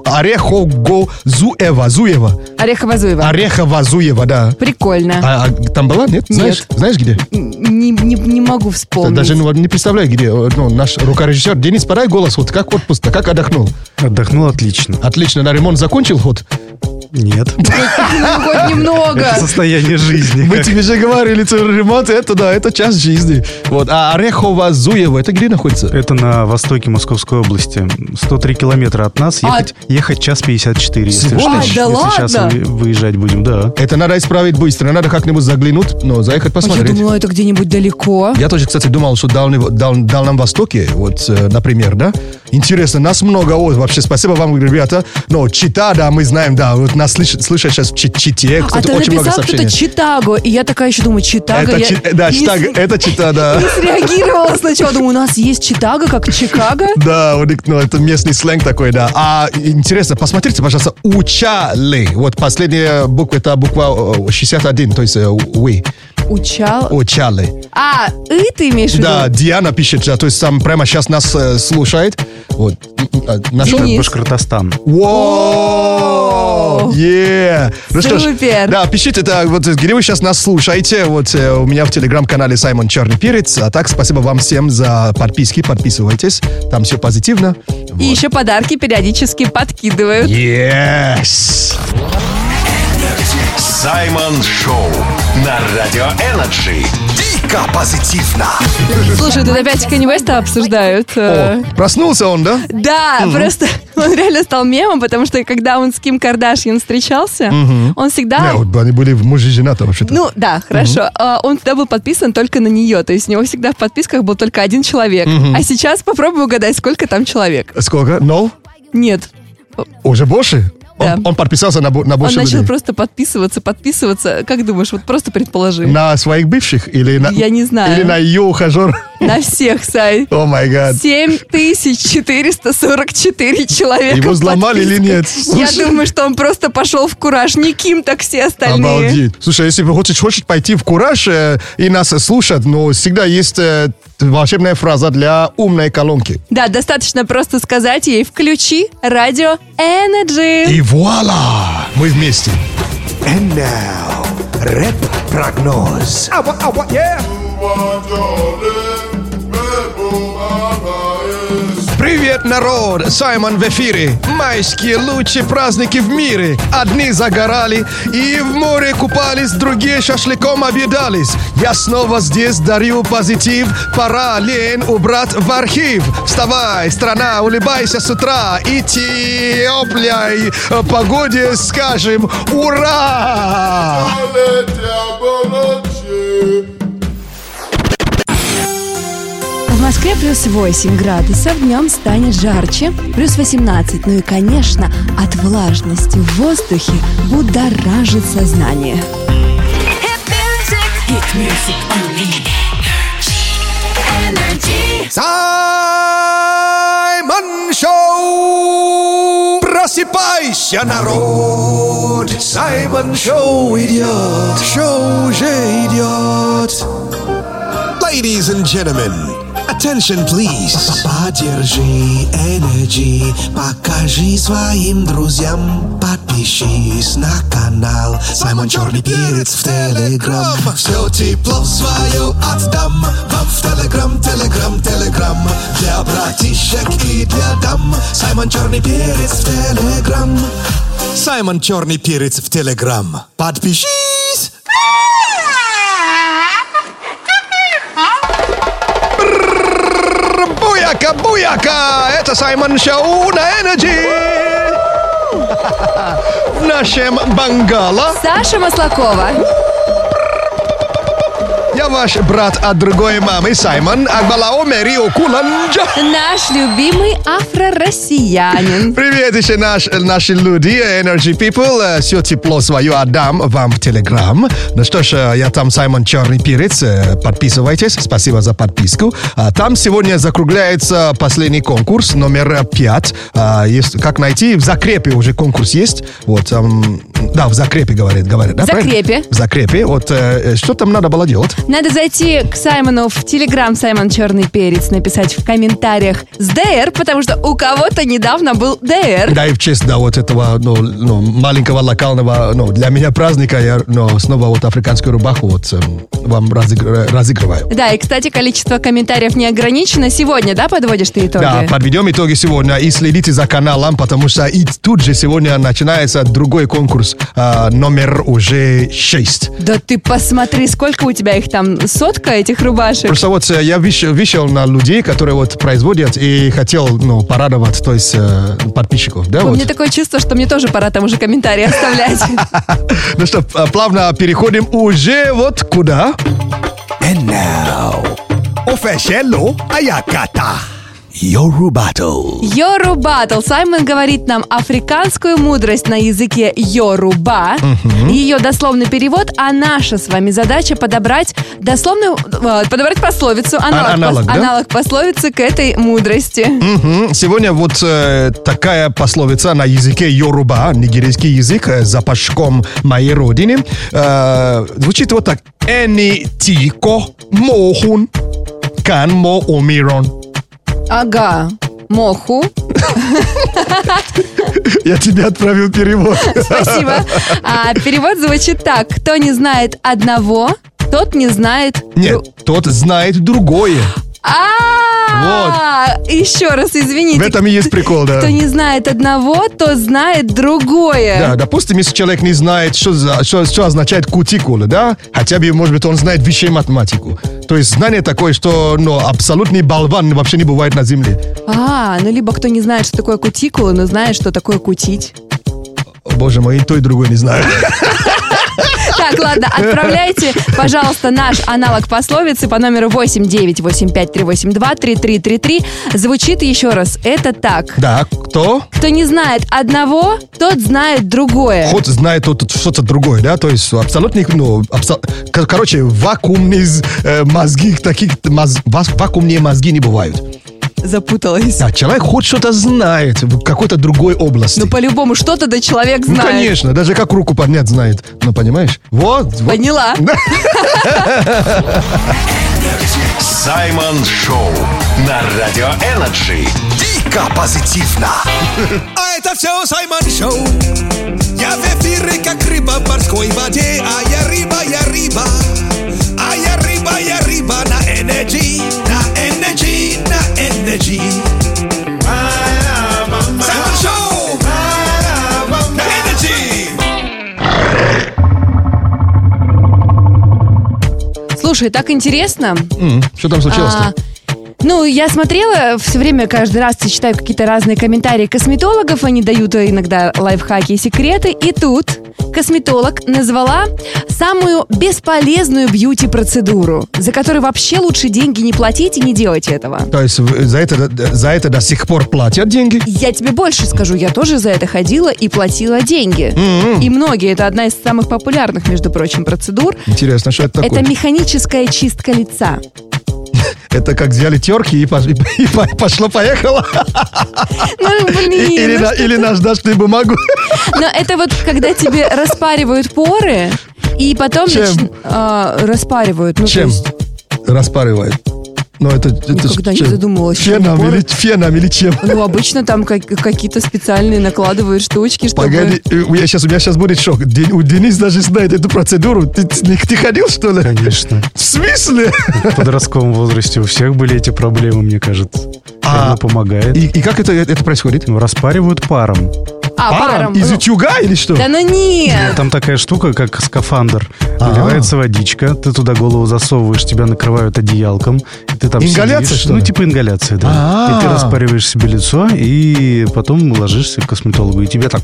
Speaker 1: Орехово-Зуева, Зуева,
Speaker 4: Орехово-Зуево.
Speaker 1: Орехово-Зуева, да.
Speaker 4: Прикольно.
Speaker 1: А, а там была, нет? Знаешь, знаешь где?
Speaker 4: Не, не- не могу вспомнить.
Speaker 1: Даже ну, не представляю, где. Э, Ну, наш рукорежиссер Денис, подай голос, вот как отпуск как отдохнул?
Speaker 2: Отдохнул отлично.
Speaker 1: Отлично, на ремонт закончил ход?
Speaker 2: Нет.
Speaker 4: Ну, хоть немного.
Speaker 2: Это состояние жизни.
Speaker 1: Мы
Speaker 2: как-
Speaker 1: тебе же говорили, что ремонт, это да, это часть жизни. Вот, а Орехово-Зуево, это где находится?
Speaker 2: Это на востоке Московской области. 103 километра от нас.
Speaker 4: А-
Speaker 2: Ехать, ехать час 54, если,
Speaker 1: Всего
Speaker 2: что.
Speaker 1: лишь?
Speaker 2: если
Speaker 4: А, да
Speaker 2: сейчас
Speaker 4: ладно?
Speaker 2: вы- выезжать будем, да.
Speaker 1: Это надо исправить быстро. Надо как-нибудь заглянуть, но заехать
Speaker 4: А Я
Speaker 1: посмотреть. я,
Speaker 4: думала, это где-нибудь далеко.
Speaker 1: тоже, кстати, думал, что в Дальнем, Дал- Дальнем Востоке, вот, э, например, да? Интересно, нас много, вот, вообще, спасибо вам, ребята. Но Чита, да, мы знаем, да, вот нас слышат, слышат сейчас в Чи- Чите,
Speaker 4: А
Speaker 1: кстати,
Speaker 4: ты
Speaker 1: очень много
Speaker 4: написал кто-то
Speaker 1: сообщений.
Speaker 4: Читаго, и я такая еще думаю, Читаго.
Speaker 1: это,
Speaker 4: я
Speaker 1: Чи- э, да,
Speaker 4: не
Speaker 1: Читаго,
Speaker 4: с-
Speaker 1: это Чита, да.
Speaker 4: не среагировала сначала, думаю, у нас есть Читаго, как Чикаго.
Speaker 1: Да, вот, ну, это местный сленг такой, да. А интересно, посмотрите, пожалуйста, учали. Вот последняя буква, это буква э, 61, то есть э, «вы».
Speaker 4: Учал.
Speaker 1: Учали.
Speaker 4: А, и ты имеешь в виду?
Speaker 1: Да, Диана пишет, да, то есть сам прямо сейчас нас э, слушает. Вот. М, м, а, нашел?
Speaker 4: Денис.
Speaker 2: Башкортостан.
Speaker 1: Воу! Е! Ну что ж,
Speaker 4: Супер!
Speaker 1: да, пишите, да, вот где вы сейчас нас слушаете. Вот э, у меня в телеграм-канале Саймон Черный Перец. А так, спасибо вам всем за подписки. Подписывайтесь. Там все позитивно.
Speaker 4: И еще подарки периодически подкидывают.
Speaker 1: Yes!
Speaker 5: Саймон Шоу на Радио Энерджи.
Speaker 2: Дико позитивно.
Speaker 4: Слушай, тут опять Kanye West'а обсуждают. э,
Speaker 1: О, проснулся он, да?
Speaker 4: Да, просто он реально стал мемом, потому что когда он с Ким Кардашьян встречался, он всегда...
Speaker 1: Не, вот они были муж и жена вообще-то.
Speaker 4: Ну да, хорошо. А, Он всегда был подписан только на нее. То есть у него всегда в подписках был только один человек. А сейчас попробуй угадать, сколько там человек.
Speaker 1: Сколько? Нол?
Speaker 4: Нет.
Speaker 1: Уже больше? Он,
Speaker 4: Да.
Speaker 1: он подписался на, бо- на
Speaker 4: Он
Speaker 1: больше
Speaker 4: начал
Speaker 1: людей.
Speaker 4: просто подписываться, подписываться. Как думаешь, вот просто предположи.
Speaker 1: На своих бывших или на...
Speaker 4: Я не знаю.
Speaker 1: Или на ее ухажер.
Speaker 4: На всех, Сай.
Speaker 1: О май гад.
Speaker 4: 7444 человека.
Speaker 1: Его
Speaker 4: в
Speaker 1: взломали или нет?
Speaker 4: подписках. Я
Speaker 1: Слушай.
Speaker 4: думаю, что он просто пошел в кураж. Не Ким, так все остальные.
Speaker 1: Обалдеть. Слушай, если вы хочешь, хочешь пойти в кураж э, и нас слушать, но всегда есть э, волшебная фраза для умной колонки.
Speaker 4: Да, достаточно просто сказать ей «Включи радио Energy».
Speaker 1: И вуаля! Мы вместе. Привет, народ! Саймон в эфире. Майские лучшие праздники в мире. Одни загорали и в море купались, другие шашлыком объедались. Я снова здесь дарю позитив. Пора лень убрать в архив. Вставай, страна, улыбайся с утра. И тепляй погоде скажем ура!
Speaker 4: В Москве плюс 8 градусов, днем станет жарче, плюс 18. Ну и, конечно, от влажности в воздухе будоражит сознание.
Speaker 1: Саймон Шоу! Просыпайся, народ!
Speaker 2: Саймон Шоу идет. Шоу уже идет.
Speaker 3: Ladies and gentlemen, attention please.
Speaker 2: Поддержи энергии, покажи своим друзьям, подпишись. Подпишись на канал Саймон Черный Перец в Телеграм Все тепло свое отдам Вам в Телеграм, Телеграм, Телеграм Для братишек и для дам Саймон Черный Перец в Телеграм Саймон Черный Перец в Телеграм Подпишись!
Speaker 1: Буяка, буяка! Это Саймон Шоу на Энерджи! В нашем Бангала
Speaker 4: Саша Маслакова.
Speaker 1: я ваш брат от другой мамы Саймон Акбалао Мерио Куланджа.
Speaker 4: Наш любимый афро-россиянин.
Speaker 1: Привет еще наш, наши люди, Energy People. Все тепло свое отдам вам в Телеграм. Ну что ж, э, я там Саймон Черный Перец. Э, Подписывайтесь. Спасибо за подписку. А Там сегодня закругляется последний конкурс, номер 5. Как найти? В закрепе уже конкурс есть. Вот, эм, да, в закрепе говорит, говорит. да,
Speaker 4: В
Speaker 1: правильно?
Speaker 4: закрепе.
Speaker 1: В закрепе. Вот э, э, что там надо было делать?
Speaker 4: Надо зайти к Саймону в Телеграм Саймон Черный Перец, написать в комментариях с ДР, потому что у кого-то недавно был ДР.
Speaker 1: Да, и в честь, да, вот этого, ну, ну, маленького локального, ну, для меня праздника, я, ну, снова вот африканскую рубаху вот эм, вам разыгр- разыгрываю.
Speaker 4: Да, и, кстати, количество комментариев не ограничено. Сегодня, да, подводишь ты итоги?
Speaker 1: Да, подведем итоги сегодня и следите за каналом, потому что и тут же сегодня начинается другой конкурс, а, номер уже 6.
Speaker 4: Да ты посмотри, сколько у тебя их там, сотка этих рубашек.
Speaker 1: Просто вот э, я виш- вышел на людей, которые вот производят и хотел, ну, порадовать, то есть э, подписчиков, да,
Speaker 4: У
Speaker 1: вот.
Speaker 4: меня такое чувство, что мне тоже пора там уже комментарии оставлять.
Speaker 1: Ну что, п- плавно переходим уже вот куда?
Speaker 2: And now, Official Ayakata. Yoru Battle.
Speaker 4: Йору Баттл. Саймон говорит нам африканскую мудрость на языке Йоруба. Ее дословный перевод, а наша с вами задача подобрать дословную, э, подобрать пословицу, аналог, пос-
Speaker 1: А, аналог, да?
Speaker 4: аналог пословицы к этой мудрости.
Speaker 1: Мгм. Сегодня вот э, такая пословица на языке Йоруба, нигерийский язык, э, запашком моей родины. Э, звучит вот так. Эни тико мохун кан мо умирон.
Speaker 4: Ага. Моху.
Speaker 1: Я тебе отправил перевод.
Speaker 4: Спасибо. А перевод звучит так. Кто не знает одного, тот не знает...
Speaker 1: Нет, тот знает другое.
Speaker 4: А, еще раз,
Speaker 1: В
Speaker 4: извините.
Speaker 1: этом и есть прикол, да.
Speaker 4: Кто не знает одного, то знает другое.
Speaker 1: Да, допустим, если человек не знает, что, за- что, что означает кутикула, да, хотя бы, может быть, он знает высшую математику. То есть знание такое, что ну, абсолютный болван вообще не бывает на земле.
Speaker 4: А, ну либо кто не знает, что такое кутикула, но знает, что такое кутить.
Speaker 1: О, боже мой, и то, и другое не знаю.
Speaker 4: Так, ладно, отправляйте, пожалуйста, наш аналог пословицы по номеру 89853823333. Звучит еще раз. Это так.
Speaker 1: Да, кто?
Speaker 4: Кто не знает одного, тот знает другое.
Speaker 1: Ход знает тот, что-то другое, да? То есть абсолютный, ну, абсо- кор- короче, вакуумные э, мозги, таких моз- вас- вакуумные мозги не бывают.
Speaker 4: Запуталась.
Speaker 1: Да, человек хоть что-то знает в какой-то другой области.
Speaker 4: Ну, по-любому, что-то да человек
Speaker 1: Ну,
Speaker 4: знает.
Speaker 1: конечно, даже как руку поднять знает. Ну, понимаешь? Вот, вот.
Speaker 4: Поняла.
Speaker 5: Саймон Шоу на Радио Энерджи.
Speaker 2: дико позитивно. А это все Саймон Шоу. Я в эфире, как рыба в морской воде. А я рыба, я рыба. А я рыба, я рыба на энергии, на энергии, на энергии. Саймон Шоу. На энергии.
Speaker 4: Слушай, так интересно.
Speaker 1: М, Что там случилось-то?
Speaker 4: А, ну, я смотрела все время, каждый раз я читаю какие-то разные комментарии косметологов, они дают иногда лайфхаки и секреты, и тут косметолог назвала самую бесполезную бьюти-процедуру, за которую вообще лучше деньги не платить и не делать этого.
Speaker 1: То есть вы- за это, за это до сих пор платят деньги?
Speaker 4: Я тебе больше скажу, я тоже за это ходила и платила деньги.
Speaker 1: М-м.
Speaker 4: И многие, это одна из самых популярных, между прочим, процедур.
Speaker 1: Интересно, что это такое?
Speaker 4: Это механическая чистка лица.
Speaker 1: Это как взяли терки и пош- и по- пошло-поехало.
Speaker 4: Ну, блин,
Speaker 1: Или,
Speaker 4: ну
Speaker 1: на-
Speaker 4: что
Speaker 1: или наждачную бумагу.
Speaker 4: Но это вот когда тебе распаривают поры, и потом
Speaker 1: Чем?
Speaker 4: нач- а, распаривают. Ну, то
Speaker 1: Чем?
Speaker 4: есть,
Speaker 1: Распарывает. Но это, это
Speaker 4: Никогда не
Speaker 1: чем?
Speaker 4: задумывалась, что
Speaker 1: Феном
Speaker 4: набор-
Speaker 1: или, феном или чем?
Speaker 4: Ну, обычно там как- какие-то специальные накладывают штучки, чтобы...
Speaker 1: Погоди, э, у меня сейчас, у меня сейчас будет шок. Ден- у Денис даже знает эту процедуру. Ты, ты не- ты ходил, что ли?
Speaker 10: Конечно.
Speaker 1: В смысле?
Speaker 10: В подростковом возрасте у всех были эти проблемы, мне кажется.
Speaker 1: А-
Speaker 10: Она помогает.
Speaker 1: И, и как это, это происходит?
Speaker 10: Ну, распаривают паром.
Speaker 4: А, паром.
Speaker 1: Из
Speaker 4: Ну,
Speaker 1: утюга или что?
Speaker 4: Да ну нет!
Speaker 10: Там такая штука, как скафандр.
Speaker 1: Э, А.
Speaker 10: Наливается водичка, ты туда голову засовываешь, тебя накрывают одеялком. И ты там
Speaker 1: Ингаляция,
Speaker 10: сидишь.
Speaker 1: что ли?
Speaker 10: Ну, типа ингаляция, да.
Speaker 1: А.
Speaker 10: И ты распариваешь себе лицо, и потом ложишься к косметологу. И тебе так...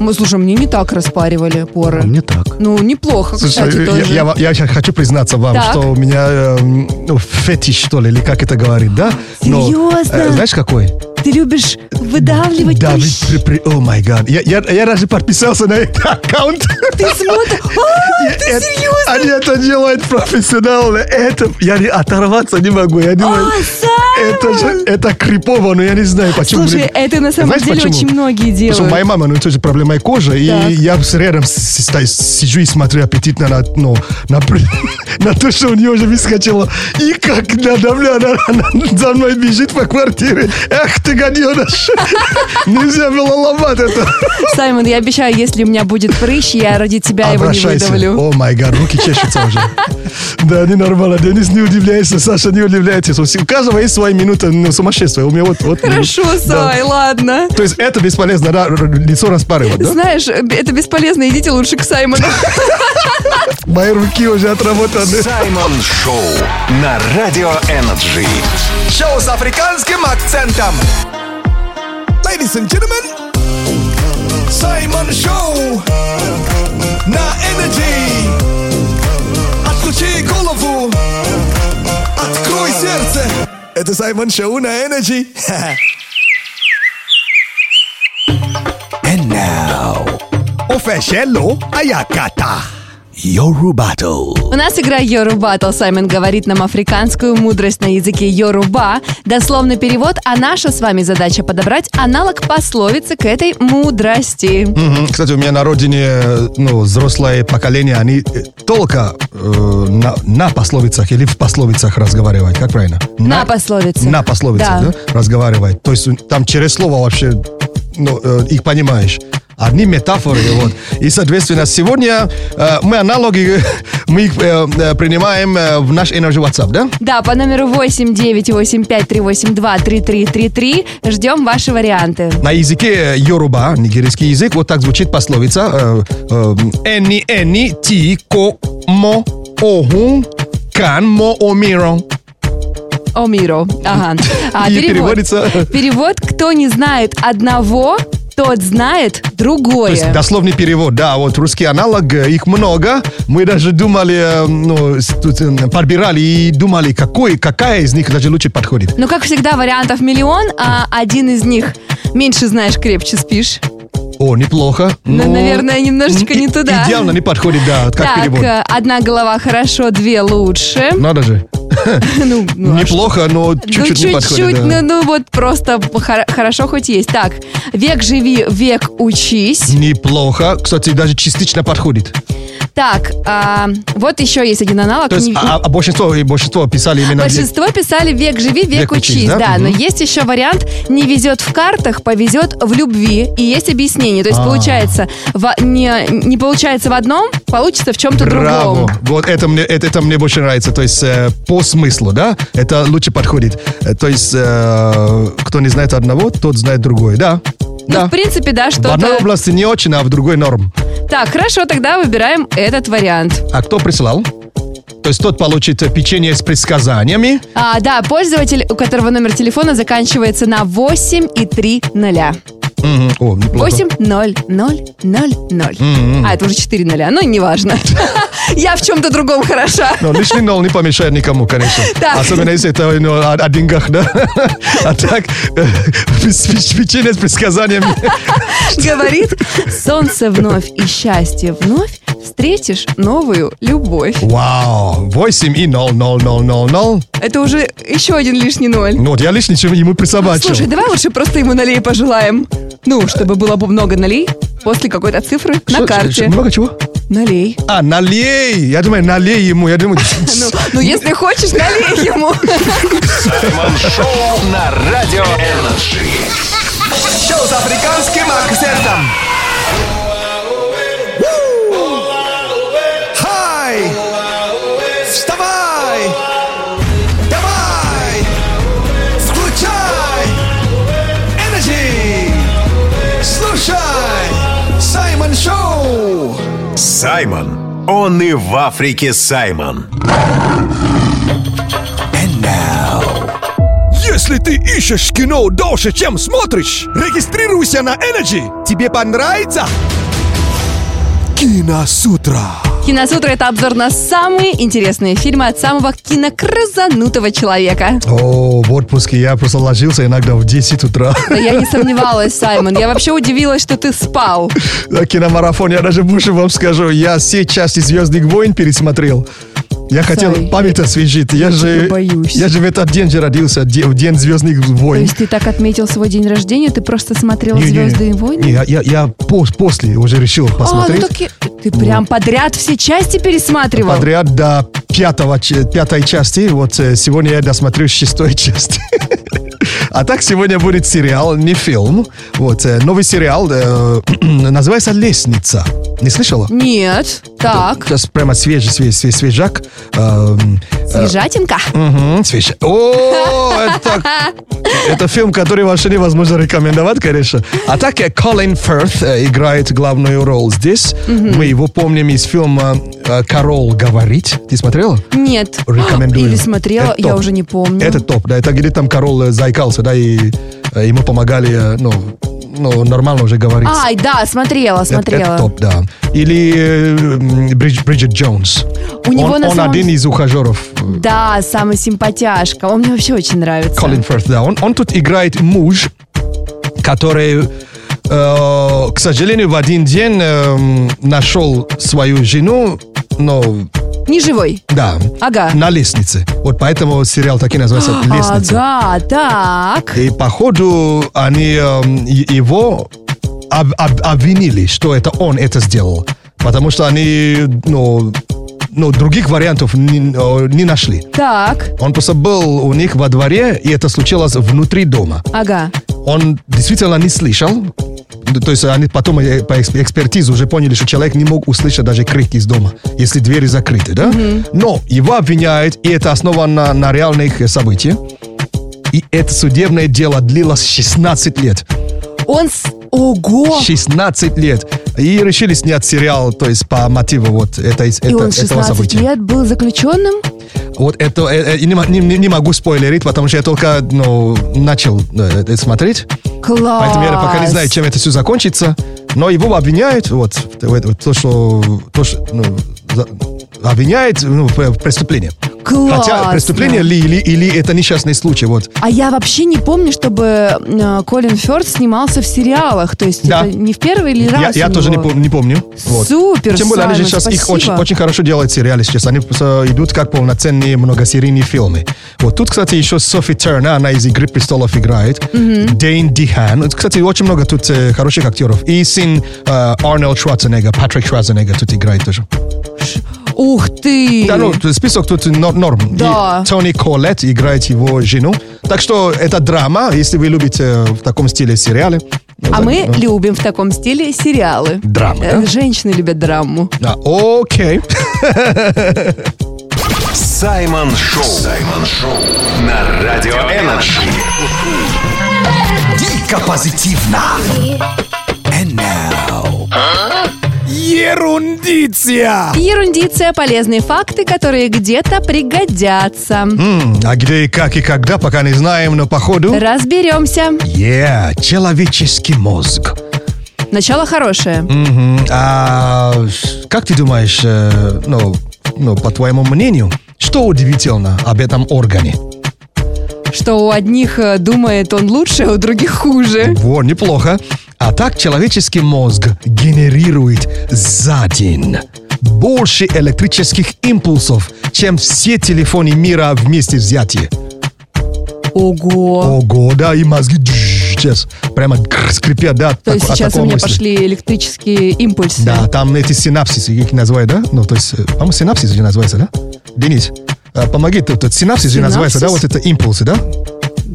Speaker 4: Мы, Ну, слушай, мне не так распаривали
Speaker 10: А
Speaker 4: поры.
Speaker 10: мне так.
Speaker 4: Ну, неплохо,
Speaker 1: Слушай,
Speaker 4: кстати,
Speaker 1: я-
Speaker 4: тоже.
Speaker 1: я, вам- я щас хочу признаться вам,
Speaker 4: Так.
Speaker 1: что у меня э, м, ну, фетиш, что ли, или как это говорит, да? Но,
Speaker 4: Серьезно?
Speaker 1: э, знаешь, какой?
Speaker 4: Ты любишь выдавливать
Speaker 1: Да,
Speaker 4: прыщ.
Speaker 1: при- при- о май гад. Я, я- я даже подписался на этот аккаунт.
Speaker 4: Ты смотришь... А,
Speaker 1: Э,
Speaker 4: ты
Speaker 1: э,
Speaker 4: серьезно?
Speaker 1: Они это делают профессионально. Это, я не, оторваться не могу. Я думаю,
Speaker 4: А, Саймон!
Speaker 1: это же, это крипово, но я не знаю, почему.
Speaker 4: Слушай,
Speaker 1: блин.
Speaker 4: это на самом
Speaker 1: Знаешь,
Speaker 4: деле
Speaker 1: почему?
Speaker 4: очень многие
Speaker 1: Потому что
Speaker 4: делают.
Speaker 1: моя мама, ну, тоже проблемой кожи,
Speaker 4: Так.
Speaker 1: и я с- рядом с- с- с- сижу и смотрю аппетитно на, ну, на, при- на то, что у нее уже выскочило. И как надавля, она, она за мной бежит по квартире. Эх ты, гаденыш! Нельзя было ломать это.
Speaker 4: Саймон, я обещаю, если у меня будет прыщ, А я ради тебя его не выдавлю.
Speaker 1: О май гад, руки чешутся уже. Да, ненормально. Денис, не удивляйся, Саша, не удивляйтесь. У всех- у каждого есть свои минуты ну, сумасшествия. У меня вот... вот
Speaker 4: Хорошо,
Speaker 1: Да.
Speaker 4: Сай, ладно.
Speaker 1: То есть это бесполезно, да, р- р- лицо распаривать, да?
Speaker 4: Знаешь, э, это бесполезно, идите лучше к Саймону.
Speaker 1: Мои руки уже отработаны.
Speaker 5: Саймон Шоу на Радио Энерджи.
Speaker 2: Шоу с африканским акцентом. Ladies and gentlemen, Саймон Шоу на Energy. Отключи голову, открой сердце. Это Саймон Шоу на Energy. And now, Official Ayakata. Yorubato.
Speaker 4: У нас игра Йоруба, то Саймон говорит нам африканскую мудрость на языке Йоруба. Дословный перевод, а наша с вами задача подобрать аналог пословицы к этой мудрости.
Speaker 1: Мгм. Кстати, у меня на родине э, ну, взрослое поколение, они э, только э, на, на пословицах или в пословицах разговаривают. Как правильно?
Speaker 4: На пословице.
Speaker 1: На пословицах, да. Разговаривают. То есть у- там через слово вообще ну, э, их понимаешь. Одни метафоры, вот. И, соответственно, сегодня э, мы аналоги, мы их э, э, принимаем э, в наш Energy WhatsApp, да?
Speaker 4: Да, по номеру 89853823333 ждем ваши варианты.
Speaker 1: На языке э, Йоруба, нигерийский язык, вот так звучит пословица. э, э, Эни, эни, ти, ко, мо, охун, кан, мо, омиро.
Speaker 4: О, миру. Ага. А,
Speaker 1: И переводится...
Speaker 4: Перевод «Кто не знает одного, тот знает другое».
Speaker 1: То есть дословный перевод, да, вот русский аналог, э, их много. Мы даже думали, э, ну, с- тут, э, подбирали и думали, какой, какая из них даже лучше подходит.
Speaker 4: Но, Ну, как всегда, вариантов миллион, а один из них «Меньше знаешь, крепче спишь».
Speaker 1: О, неплохо.
Speaker 4: Ну,
Speaker 1: но
Speaker 4: наверное, немножечко
Speaker 1: и-
Speaker 4: не туда.
Speaker 1: Идеально не подходит, да, вот как
Speaker 4: так,
Speaker 1: перевод.
Speaker 4: э, одна голова хорошо, две лучше.
Speaker 1: Надо же.
Speaker 4: Ну, ну, а что?
Speaker 1: Неплохо, но
Speaker 4: Ну,
Speaker 1: чуть-чуть не подходит.
Speaker 4: чуть-чуть,
Speaker 1: да.
Speaker 4: ну, ну, вот просто хор- хорошо хоть есть. Так, век живи, век учись.
Speaker 1: Неплохо. Кстати, даже частично подходит.
Speaker 4: Так, а, вот еще есть один аналог.
Speaker 1: То есть,
Speaker 4: Не-
Speaker 1: а, а большинство, и большинство писали именно...
Speaker 4: Большинство писали «Век живи, век,
Speaker 1: Век
Speaker 4: учись».
Speaker 1: учись,
Speaker 4: да,
Speaker 1: да?
Speaker 4: но
Speaker 1: Мгм.
Speaker 4: есть еще вариант «Не везет в картах, повезет в любви». И есть объяснение. То есть,
Speaker 1: А.
Speaker 4: получается, во- не, не получается в одном, получится в чем-то
Speaker 1: Браво!
Speaker 4: другом.
Speaker 1: Вот это мне, это, это мне больше нравится. То есть э, по смыслу, да? Это лучше подходит. Э, То есть э, кто не знает одного, тот знает другой, да?
Speaker 4: Ну,
Speaker 1: да.
Speaker 4: в принципе, да,
Speaker 1: в одной
Speaker 4: что-то...
Speaker 1: области не очень, а в другой норм.
Speaker 4: Так, хорошо, тогда выбираем этот вариант.
Speaker 1: А кто прислал? То есть тот получит э, печенье с предсказаниями.
Speaker 4: А, да, пользователь, у которого номер телефона заканчивается на 8 и 3 ноля.
Speaker 1: Мгм. О, неплохо.
Speaker 4: 8 0 0 0 0. А, это уже 4 ноля, ну неважно. Я в чем-то другом хороша.
Speaker 1: Но лишний нол не помешает никому, конечно.
Speaker 4: Так.
Speaker 1: Особенно если это ну, о, о деньгах, да? А так, э, с печ- печенье с предсказаниями.
Speaker 4: Говорит, солнце вновь и счастье вновь встретишь новую любовь.
Speaker 1: Вау! 8 и 0, 0, 0, 0, 0.
Speaker 4: Это уже еще один лишний ноль.
Speaker 1: Ну вот я лишний чем ему присобачил.
Speaker 4: Слушай, давай лучше просто ему налей пожелаем. Ну, чтобы было бы много налей после какой-то цифры на
Speaker 1: Что- что-
Speaker 4: карте.
Speaker 1: Много чего?
Speaker 4: Налей.
Speaker 1: А, налей! Я думаю, налей ему. Я думаю,
Speaker 4: Ну, ну, если хочешь, налей ему.
Speaker 5: Саймон Шоу на Радио Энерджи.
Speaker 2: Шоу с африканским акцентом. Хай! Вставай! Давай! Включай! Энерджи! Слушай! Саймон Шоу!
Speaker 5: Саймон. Он и в Африке Саймон.
Speaker 1: Если ты ищешь кино дольше, чем смотришь, регистрируйся на Energy. Тебе понравится. Кино с утра.
Speaker 4: Киносутра – это обзор на самые интересные фильмы от самого кинокразанутого человека.
Speaker 1: О, в отпуске я просто ложился иногда в 10 утра.
Speaker 4: Да Я не сомневалась, Саймон. Я вообще удивилась, что ты спал.
Speaker 1: На киномарафон, я даже больше вам скажу, я все части «Звездных войн» пересмотрел. Я хотел
Speaker 4: Сай,
Speaker 1: память освежить. Я, же,
Speaker 4: боюсь.
Speaker 1: я же в этот день же родился, де- в день «Звездных
Speaker 4: То
Speaker 1: войн».
Speaker 4: есть ты так отметил свой день рождения, ты просто смотрел
Speaker 1: Не, не,
Speaker 4: «Звезды и
Speaker 1: не,
Speaker 4: войны»?
Speaker 1: я, я- я пос- после уже решил
Speaker 4: А, ну
Speaker 1: посмотреть.
Speaker 4: так и- ты прям подряд все части пересматривал.
Speaker 1: Ну. Подряд до пятого, ч- пятой части. Вот э, сегодня я досмотрю шестой части. А так сегодня будет сериал, не фильм. Вот э, новый сериал э, называется «Лестница». Не слышала?
Speaker 4: Нет, так.
Speaker 1: Сейчас прямо свежий, све- све- свежак. Эм,
Speaker 4: Свежатинка.
Speaker 1: э, мгм, свеж- О, это, это фильм, который вообще невозможно рекомендовать, конечно. А так э, Колин Ферт э, играет главную роль здесь. Мы его помним из фильма э, «Король говорит». Ты смотрела?
Speaker 4: Нет.
Speaker 1: Рекомендую.
Speaker 4: Или смотрела,
Speaker 1: Это
Speaker 4: я
Speaker 1: топ.
Speaker 4: уже не помню.
Speaker 1: Это топ, да. Это где там король э, заикался, да, и э, ему помогали, э, ну, ну, нормально уже говорить.
Speaker 4: Ай, да, смотрела,
Speaker 1: Это- Это,
Speaker 4: А, смотрела.
Speaker 1: топ, да. Или э, м, Бридж- Бриджит Джонс.
Speaker 4: У него
Speaker 1: он,
Speaker 4: на
Speaker 1: он
Speaker 4: самом-
Speaker 1: один из ухажеров.
Speaker 4: Да, самый симпатяшка. Он мне вообще очень нравится.
Speaker 1: Колин Ферт, да. Он, он тут играет муж, который, э, к сожалению, в один день эм, нашел свою жену, но,
Speaker 4: Не живой.
Speaker 1: да,
Speaker 4: Ага.
Speaker 1: на лестнице. Вот поэтому сериал так и называется
Speaker 4: Ah,
Speaker 1: «Лестница».
Speaker 4: Ага, так.
Speaker 1: И походу они эм, е- его об- об- обвинили, что это он это сделал. Потому что они, ну, ну, других вариантов не, э, не нашли.
Speaker 4: Так,
Speaker 1: Он просто был у них во дворе, и это случилось внутри дома.
Speaker 4: ага.
Speaker 1: Он действительно не слышал. То есть они потом э, по экс- экспертизе уже поняли, что человек не мог услышать даже крик из дома, если двери закрыты, да? Но его обвиняют, и это основано на реальных э, событиях. И это судебное дело длилось 16 лет.
Speaker 4: Он с... Ого!
Speaker 1: 16 лет. И решили снять сериал, то есть по мотиву вот этой,
Speaker 4: И
Speaker 1: это-
Speaker 4: он
Speaker 1: этого
Speaker 4: 16
Speaker 1: события.
Speaker 4: лет был заключенным?
Speaker 1: Вот это, э, э, не, мо- не- не- не могу спойлерить, потому что я только ну, начал э, это смотреть.
Speaker 4: Класс!
Speaker 1: Поэтому я А пока не знаю, чем это все закончится. Но его обвиняют, вот, в- в- в то, что, то, что ну, за- обвиняют ну, в в преступлении.
Speaker 4: Классно.
Speaker 1: Хотя преступление ли или, или это несчастный случай, вот.
Speaker 4: А я вообще не помню, чтобы э, Колин Фёрд снимался в сериалах. То есть
Speaker 1: Да.
Speaker 4: это не в первый или
Speaker 1: Я,
Speaker 4: раз
Speaker 1: я
Speaker 4: у
Speaker 1: тоже не,
Speaker 4: него?
Speaker 1: пом- не помню. Вот.
Speaker 4: Супер,
Speaker 1: Тем более, они же
Speaker 4: Саймон,
Speaker 1: сейчас их
Speaker 4: спасибо.
Speaker 1: очень, очень хорошо делают сериалы сейчас. Они просто идут как полноценные многосерийные фильмы. Вот тут, кстати, еще Софи Терна, она из «Игры престолов» играет. Дейн Дихан. Вот, Кстати, очень много тут э, хороших актеров. И сын э, Арнольд Шварценеггера, Патрик Шварценеггер тут играет тоже.
Speaker 4: Ух ты!
Speaker 1: Да, ну, т- список тут нор- норм. И
Speaker 4: Да.
Speaker 1: Тони Коллетт играет его жену. Так что это драма, если вы любите э, в таком стиле сериалы. ну,
Speaker 4: а
Speaker 1: так,
Speaker 4: мы
Speaker 1: ну,
Speaker 4: любим в таком стиле сериалы.
Speaker 1: Драмы,
Speaker 4: Э,
Speaker 1: да?
Speaker 4: Женщины любят драму.
Speaker 1: да, окей.
Speaker 5: Саймон Шоу. Саймон Шоу на Радио Энерджи.
Speaker 2: Дико позитивно. And now. Ерундиция.
Speaker 4: Ерундиция – полезные факты, которые где-то пригодятся.
Speaker 1: М, А где и как и когда, пока не знаем, но походу...
Speaker 4: Разберемся.
Speaker 1: Yeah, человеческий мозг.
Speaker 4: Начало хорошее.
Speaker 1: Мгм. А ш- как ты думаешь, э, ну, ну, по твоему мнению, что удивительно об этом органе?
Speaker 4: Что у одних э, думает он лучше, а у других хуже.
Speaker 1: Во, неплохо. А так человеческий мозг генерирует за день больше электрических импульсов, чем все телефоны мира вместе взятые.
Speaker 4: Ого!
Speaker 1: Ого, да, и мозги... джжж, сейчас прямо гр- скрипят, да.
Speaker 4: То
Speaker 1: так-
Speaker 4: есть
Speaker 1: от
Speaker 4: сейчас у
Speaker 1: такого
Speaker 4: меня
Speaker 1: мысли.
Speaker 4: пошли электрические импульсы.
Speaker 1: Да, там эти синапсисы, их называют, да? Ну, то есть, э, по-моему, синапсисы же называется, да? Денис, э, помоги, тут тут синапсис же называется, да? Вот
Speaker 4: Синапсис?
Speaker 1: это импульсы, да?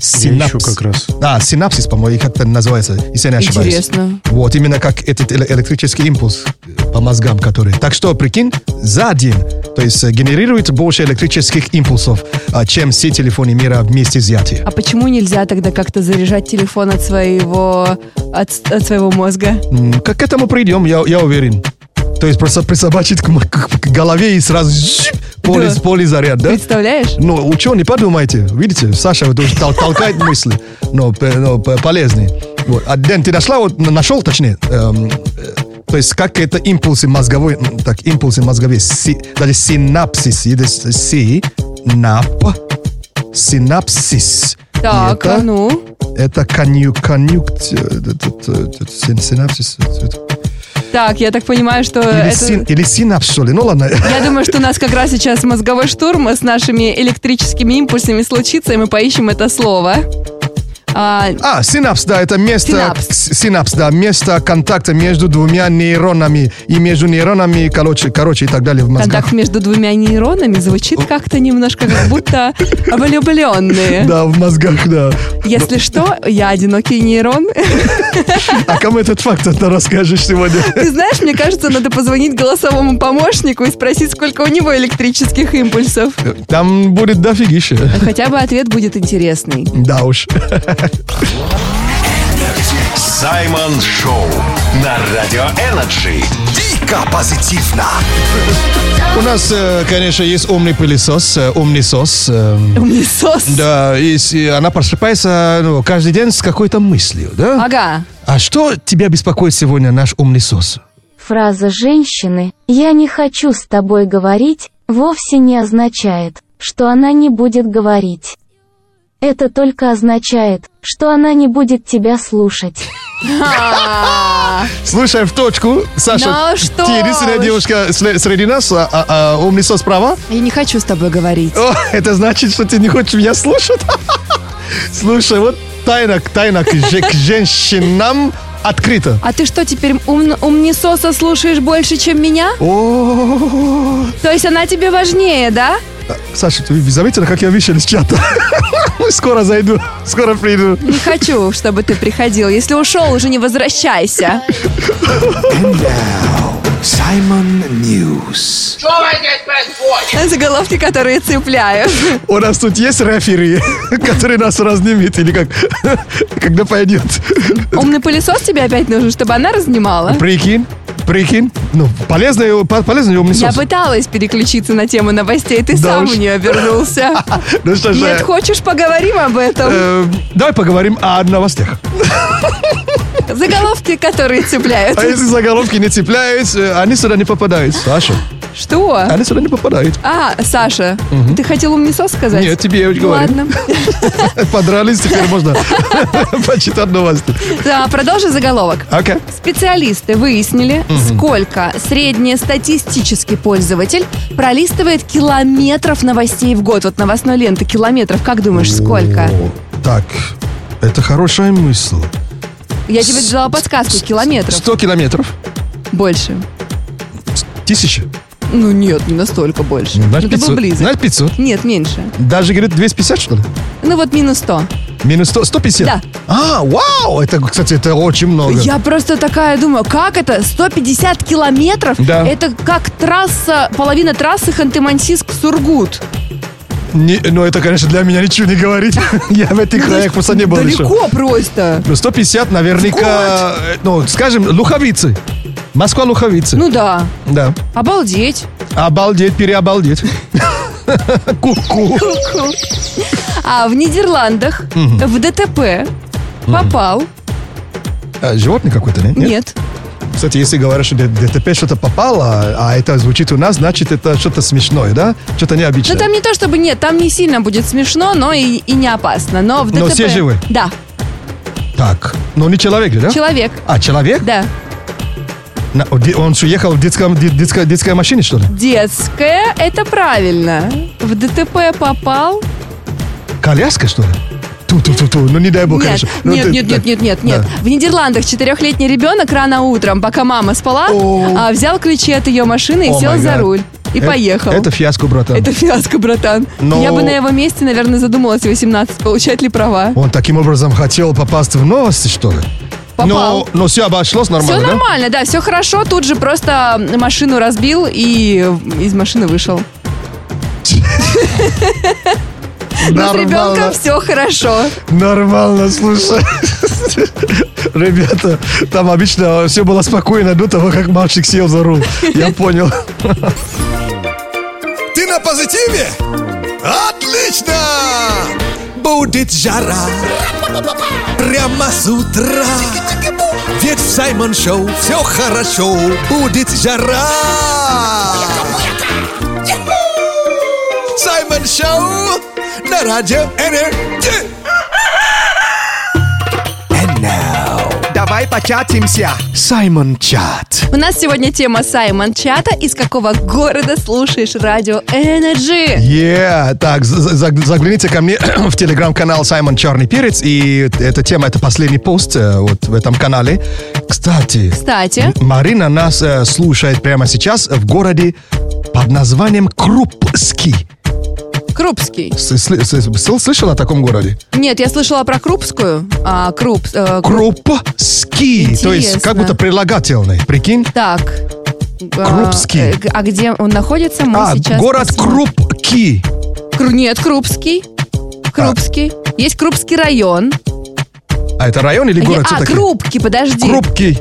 Speaker 1: Синапс.
Speaker 10: ищу как раз.
Speaker 1: Да, синапсис, по-моему, как-то называется, если я не ошибаюсь.
Speaker 4: Интересно.
Speaker 1: Вот, именно как этот эле- электрический импульс э, по мозгам, который. Так что, прикинь, за день, то есть э, генерирует больше электрических импульсов, э, чем все телефоны мира вместе взятые.
Speaker 4: А почему нельзя тогда как-то заряжать телефон от своего, от, с- от своего мозга?
Speaker 1: М, Как к этому придем, я, я уверен. То есть просто присобачить к, м- к- к голове и сразу зжип, поле,
Speaker 4: Да.
Speaker 1: поле заряд, да?
Speaker 4: Представляешь?
Speaker 1: Но ученые, подумайте, видите, Саша вот уже тол- толкает мысли, но, п- но п- полезные. Вот. А Дэн, ты нашла, вот, н- нашел точнее, эм, э, то есть как это импульсы мозговой, м, так, импульсы мозговые, си- даже синапсис, или с- синап, синапсис. И
Speaker 4: Так,
Speaker 1: это-
Speaker 4: а ну.
Speaker 1: это коню, конюкт, э, этот, э, этот син- синапсис, э, это-
Speaker 4: Так, я так понимаю, что
Speaker 1: или,
Speaker 4: Э, это-
Speaker 1: син- или синапс, что ли, ну ладно.
Speaker 4: Я думаю, что у нас как раз сейчас мозговой штурм с нашими электрическими импульсами случится, и мы поищем это слово. А,
Speaker 1: А, синапс, да, это место...
Speaker 4: Синапс.
Speaker 1: с- синапс, да, место контакта между двумя нейронами. И между нейронами, короче, короче и так далее в мозгах.
Speaker 4: контакт между двумя нейронами звучит как-то немножко как будто влюбленные.
Speaker 1: Да, в мозгах, да.
Speaker 4: Если что, я одинокий нейрон.
Speaker 1: А кому этот факт это расскажешь сегодня?
Speaker 4: Ты знаешь, мне кажется, надо позвонить голосовому помощнику и спросить, сколько у него электрических импульсов.
Speaker 1: Там будет дофигища.
Speaker 4: Хотя бы ответ будет интересный.
Speaker 1: Да уж.
Speaker 5: Саймон Шоу на Радио Энерджи.
Speaker 2: Дико позитивно.
Speaker 1: У нас, э, конечно, есть умный пылесос, э, умный сос. эм,
Speaker 4: Умнисос.
Speaker 1: Да, и с- и она просыпается ну, каждый день с какой-то мыслью, да?
Speaker 4: Ага.
Speaker 1: А что тебя беспокоит сегодня наш умный сос?
Speaker 9: Фраза женщины «Я не хочу с тобой говорить» вовсе не означает, что она не будет говорить. Это только означает, что она не будет тебя слушать.
Speaker 4: А,
Speaker 1: Слушай, в точку, Саша.
Speaker 4: Ну что
Speaker 1: Ты единственная
Speaker 4: уж.
Speaker 1: девушка сле- среди нас, а, а- а умный сос права.
Speaker 4: Я не хочу с тобой говорить.
Speaker 1: О, это значит, что ты не хочешь меня слушать? Слушай, вот тайна, к- тайна к, же- к женщинам открыта.
Speaker 4: А ты что, теперь ум, умнисоса слушаешь больше, чем меня?
Speaker 1: О,
Speaker 4: То есть она тебе важнее, да?
Speaker 1: Саша, ты заметила, как я вышел из чата? Скоро зайду, скоро приду.
Speaker 4: Не хочу, чтобы ты приходил. Если ушел, уже не возвращайся.
Speaker 2: Саймон Ньюс.
Speaker 4: Заголовки, которые цепляют.
Speaker 1: У нас тут есть рефери, который нас разнимет или как, когда пойдет.
Speaker 4: Умный пылесос тебе опять нужен, чтобы она разнимала.
Speaker 1: Прикинь, прикинь. Ну, полезный, по- полезный умный
Speaker 4: Я
Speaker 1: сос.
Speaker 4: пыталась переключиться на тему новостей, ты
Speaker 1: Да
Speaker 4: сам
Speaker 1: уж.
Speaker 4: в нее вернулся.
Speaker 1: Ну что ж,
Speaker 4: Нет,
Speaker 1: э,
Speaker 4: хочешь, поговорим об этом?
Speaker 1: э, давай поговорим о новостях.
Speaker 4: Заголовки, которые цепляют.
Speaker 1: Э. А если заголовки не цепляют, э, они сюда не попадают. Саша,
Speaker 4: Что?
Speaker 1: они сюда не попадают.
Speaker 4: А, Саша, ты хотел умнисос сказать?
Speaker 1: Нет, тебе я говорю.
Speaker 4: Ладно.
Speaker 1: Подрались, теперь можно почитать новости.
Speaker 4: Да, продолжи заголовок.
Speaker 1: Окей.
Speaker 4: Специалисты выяснили, сколько среднестатистический пользователь пролистывает километров новостей в год. Вот новостной ленты километров, как думаешь, сколько?
Speaker 1: Так, это хорошая мысль.
Speaker 4: Я тебе дала подсказку, километров
Speaker 1: 100 километров?
Speaker 4: больше.
Speaker 1: Тысяча?
Speaker 4: Ну нет, не настолько больше.
Speaker 1: Ну,
Speaker 4: Ну,
Speaker 1: Знаешь,
Speaker 4: Ты был
Speaker 1: 500.
Speaker 4: близок.
Speaker 1: Знаешь, 500.
Speaker 4: Нет, меньше.
Speaker 1: Даже, говорит, 250, что ли?
Speaker 4: Ну вот минус 100.
Speaker 1: Минус 100, 150?
Speaker 4: Да.
Speaker 1: А, вау! Это, кстати, это очень много.
Speaker 4: Я просто такая думаю, как это? 150 километров?
Speaker 1: Да.
Speaker 4: Это как трасса, половина трассы Ханты-Мансийск-Сургут.
Speaker 1: Не- ну, это, конечно, для меня ничего не говорит. Я в этих краях просто не был еще.
Speaker 4: Ну, Далеко просто.
Speaker 1: Ну, 150 наверняка, э, ну, скажем, Луховицы. Москва Луховицы.
Speaker 4: Ну да,
Speaker 1: да.
Speaker 4: обалдеть.
Speaker 1: Обалдеть, переобалдеть. Ку-ку.
Speaker 4: А в Нидерландах в ДТП попал...
Speaker 1: А, Животное какое-то, не?
Speaker 4: Нет.
Speaker 1: Кстати, если говорят, что ДТП что-то попало, а это звучит у нас, значит, это что-то смешное, да? Что-то
Speaker 4: Ну
Speaker 1: необычное.
Speaker 4: там не то чтобы нет, там не сильно будет смешно, но и, и не опасно. Но в ДТП...
Speaker 1: Но все живы?
Speaker 4: Да.
Speaker 1: Так, ну не человек же, да?
Speaker 4: Человек.
Speaker 1: А, человек?
Speaker 4: Да.
Speaker 1: На- де- он что, ехал в детском, де- детской, детской машине, что ли?
Speaker 4: Детская, это правильно. В ДТП попал
Speaker 1: Коляска, что ли? Ту-ту-ту-ту. Ну, не дай бог,
Speaker 4: Нет,
Speaker 1: конечно. Ну,
Speaker 4: нет,
Speaker 1: ты-
Speaker 4: нет, нет, нет, нет, нет. В Нидерландах четырехлетний ребенок рано утром, пока мама спала, а, взял ключи от ее машины и
Speaker 1: О,
Speaker 4: сел
Speaker 1: май
Speaker 4: за
Speaker 1: гад.
Speaker 4: руль. И
Speaker 1: Э,
Speaker 4: поехал.
Speaker 1: Это фиаско, братан.
Speaker 4: Это фиаско, братан.
Speaker 1: Но-
Speaker 4: Я бы на его месте, наверное, задумалась в 18, получать ли права.
Speaker 1: Он таким образом хотел попасть в новости, что ли?
Speaker 4: Попал.
Speaker 1: Но, все Ну, обошлось нормально,
Speaker 4: все
Speaker 1: да?
Speaker 4: нормально, да, все хорошо. Тут же просто машину разбил и из машины вышел. Но с
Speaker 1: Нормально.
Speaker 4: ребенком все хорошо.
Speaker 1: Нормально, слушай. Ребята, там обычно все было спокойно до того, как мальчик сел за руль. Я понял.
Speaker 2: Ты на позитиве? Отлично! Будет жара Прямо с утра Ведь в Саймон Шоу все хорошо Будет жара Саймон Шоу на радио Энерджи
Speaker 11: Давай початимся. Саймон Чат.
Speaker 4: У нас сегодня тема Саймон Чата. Из какого города слушаешь радио Energy?
Speaker 1: Yeah. Так, за- за- загляните ко мне в телеграм-канал Саймон Черный Перец. И эта тема, это последний пост э, вот в этом канале. Кстати,
Speaker 4: Кстати,
Speaker 1: Марина нас э, слушает прямо сейчас в городе под названием Крупский.
Speaker 4: Крупский.
Speaker 1: С- сли- с- с- Слышала о таком городе?
Speaker 4: Нет, я слышала про Крупскую. А, Круп, э,
Speaker 1: Крупский. То есть как
Speaker 4: Интересно.
Speaker 1: будто прилагательный. Прикинь?
Speaker 4: Так. а,
Speaker 1: Крупский.
Speaker 4: э, г- А, где он находится, мы
Speaker 1: А,
Speaker 4: Ну, сейчас...
Speaker 1: город
Speaker 4: посмотрим.
Speaker 1: Крупки.
Speaker 4: Кру- Нет, Крупский. Крупский. Есть Крупский район.
Speaker 1: А это район или город
Speaker 4: Е- а,
Speaker 1: все-таки?
Speaker 4: Крупки, подожди.
Speaker 1: Крупки.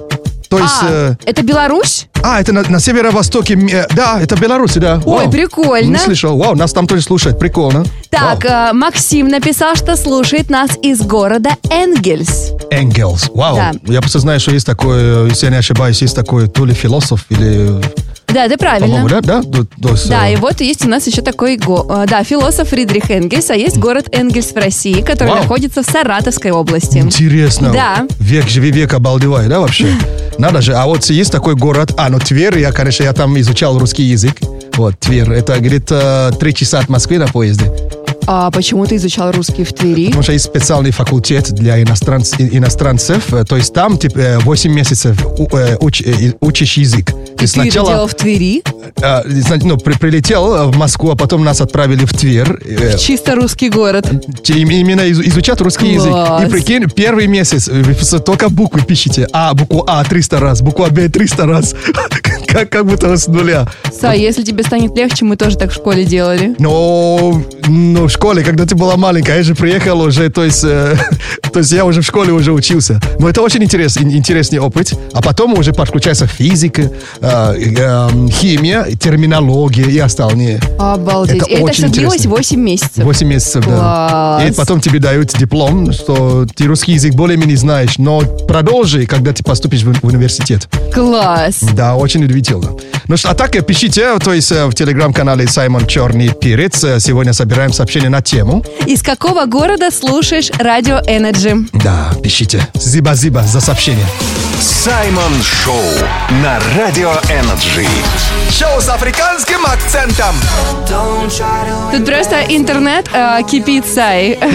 Speaker 1: То есть...
Speaker 4: А,
Speaker 1: э,
Speaker 4: это Беларусь?
Speaker 1: А, это на, на северо-востоке. м, э, Да, это Беларусь, да.
Speaker 4: Ой,
Speaker 1: Вау.
Speaker 4: прикольно.
Speaker 1: Не слышал. Вау, нас там тоже слушают. Прикольно.
Speaker 4: Так, э, Максим написал, что слушает нас из города Энгельс.
Speaker 1: Энгелс. Вау.
Speaker 4: э, Да.
Speaker 1: Я просто знаю, что есть такой, э, если я не ошибаюсь, есть такой то ли философ, или...
Speaker 4: Да, ты правильно.
Speaker 1: По-моему, да? Да, То- то есть,
Speaker 4: Да,
Speaker 1: э,
Speaker 4: и вот есть у нас еще такой, го- э, да, философ Фридрих Энгельс, а есть город Энгельс в России, который
Speaker 1: Вау.
Speaker 4: находится в Саратовской области.
Speaker 1: Интересно.
Speaker 4: Да.
Speaker 1: Век живи, век обалдевай, да, вообще? Надо же. А вот есть такой город, а, ну, Тверь, я, конечно, я там изучал русский язык. Вот, Тверь. Это, говорит, э, три часа от Москвы на поезде.
Speaker 4: А почему ты изучал русский в Твери?
Speaker 1: Потому что есть специальный факультет для иностранц- и- иностранцев. э, То есть там, типа, э, 8 месяцев у- э, уч- э, и- учишь язык.
Speaker 4: И ты это делал в Твери?
Speaker 1: э, и сна- ну, при- прилетел э, в Москву, а потом нас отправили в Тверь. э,
Speaker 4: Чисто русский город.
Speaker 1: те- им- Именно из- изучат русский
Speaker 4: Класс.
Speaker 1: язык. И прикинь, первый месяц э, вы просто только буквы пишите. А, букву А 300 раз, букву Б 300 раз. Как, как будто с нуля.
Speaker 4: Са, если тебе станет легче, мы тоже так в школе делали.
Speaker 1: Но, но в школе, когда ты была маленькая, я же приехал уже, то есть, э, то есть я уже в школе уже учился. Но это очень интерес, ин- интересный опыт. А потом уже подключается физика, э, э, химия, терминология и остальные.
Speaker 4: Обалдеть.
Speaker 1: Это
Speaker 4: И это
Speaker 1: очень
Speaker 4: все длилось
Speaker 1: интересно.
Speaker 4: 8 месяцев.
Speaker 1: 8 месяцев, да.
Speaker 4: Класс.
Speaker 1: И потом тебе дают диплом, что ты русский язык более-менее знаешь, но продолжи, когда ты поступишь в, в университет.
Speaker 4: Класс.
Speaker 1: Да, очень удивительно. Ну что, а так э, пишите, то есть э, в телеграм-канале Саймон Черный Перец. Э, Сегодня собираем сообщения на тему.
Speaker 4: Из какого города слушаешь радио Energy?
Speaker 1: Да, пишите. Зиба-зиба за сообщение.
Speaker 5: Саймон Шоу на Радио Энерджи.
Speaker 11: Шоу с африканским акцентом.
Speaker 4: Тут просто интернет э, кипит, Сай.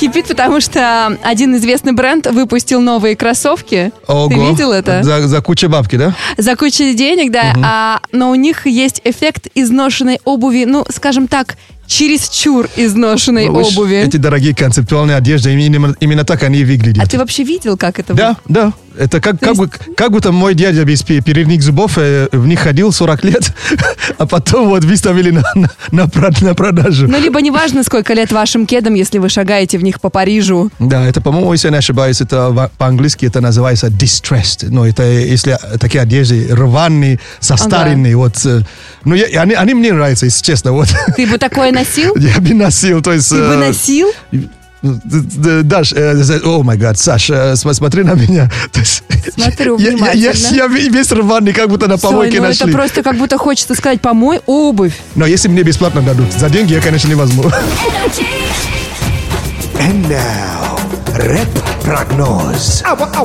Speaker 4: Кипит, потому что один известный бренд выпустил новые кроссовки.
Speaker 1: Ого.
Speaker 4: Ты видел это?
Speaker 1: За, за кучу бабки, да?
Speaker 4: За кучу денег, да. а, но у них есть эффект изношенной обуви, ну, скажем так, чересчур изношенной
Speaker 1: Уж
Speaker 4: обуви.
Speaker 1: Эти дорогие концептуальные одежды, именно, именно так они и выглядят.
Speaker 4: А ты вообще видел, как это
Speaker 1: Да, да. Это как, как, бы- как будто мой дядя без пе- передних зубов э, в них ходил 40 лет, а потом вот выставили на, на, на прод- на продажу.
Speaker 4: Ну, либо неважно, сколько лет вашим кедам, если вы шагаете в них по Парижу.
Speaker 1: Да, это, по-моему, если я не ошибаюсь, это во- по-английски это называется distressed. Но это э, если э, такие одежды рваные, состаренные. Вот, э, ну, я- и они, они мне нравятся, если честно. Вот.
Speaker 4: Ты бы такое носил?
Speaker 1: Я бы носил, то есть...
Speaker 4: Ты бы
Speaker 1: э,
Speaker 4: носил?
Speaker 1: Д- Даш, э, за- о май гад, Саш, э, см- смотри на меня. То есть
Speaker 4: Смотрю
Speaker 1: я- я- Я
Speaker 4: внимательно.
Speaker 1: я весь рваный, как будто на помойке
Speaker 4: Сой, ну это
Speaker 1: нашли.
Speaker 4: просто как будто хочется сказать, помой обувь.
Speaker 1: Но если мне бесплатно дадут, за деньги я, конечно, не возьму.
Speaker 2: And now, рэп-прогноз.
Speaker 1: Э,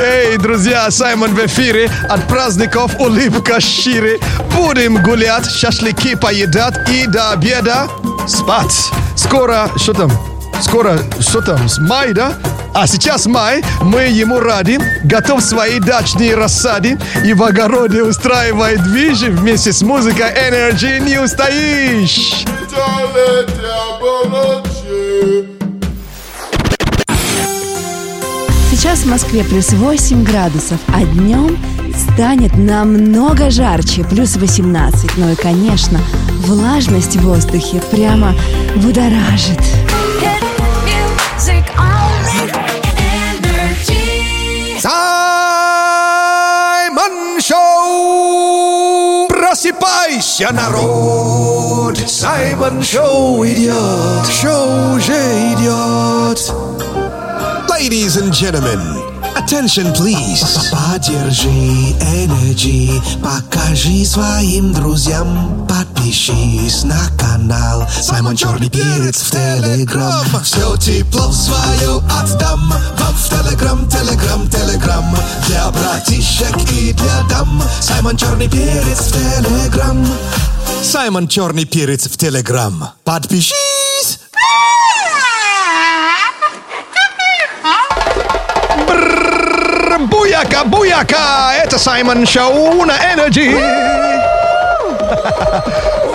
Speaker 1: Эй, друзья, Саймон в эфире. От праздников улыбка шире. Будем гулять, шашлыки поедать и до обеда спать. Скоро, что там? Скоро, что там, с май, да? А сейчас май, мы ему рады, готов свои дачные рассады и в огороде устраивай движи вместе с музыкой Energy не устоишь.
Speaker 4: Сейчас в Москве плюс 8 градусов, а днем станет намного жарче, плюс 18. Ну и, конечно, влажность в воздухе прямо будоражит.
Speaker 11: Саймон Шоу! Просыпайся, народ! Саймон Шоу идет! Шоу уже идет!
Speaker 2: Ladies and gentlemen, attention please.
Speaker 11: Поддержи Energy, покажи своим друзьям, подпишись на канал Саймон Черный Перец в Телеграм.
Speaker 2: Все тепло свое отдам вам в Телеграм, Телеграм, Телеграм. Для братишек и для дам. Саймон Черный Перец в Телеграм. Саймон Черный Перец в Телеграм. Подпишись!
Speaker 1: Брррр, Буяка, буяка! Это Саймон Шоу на Energy.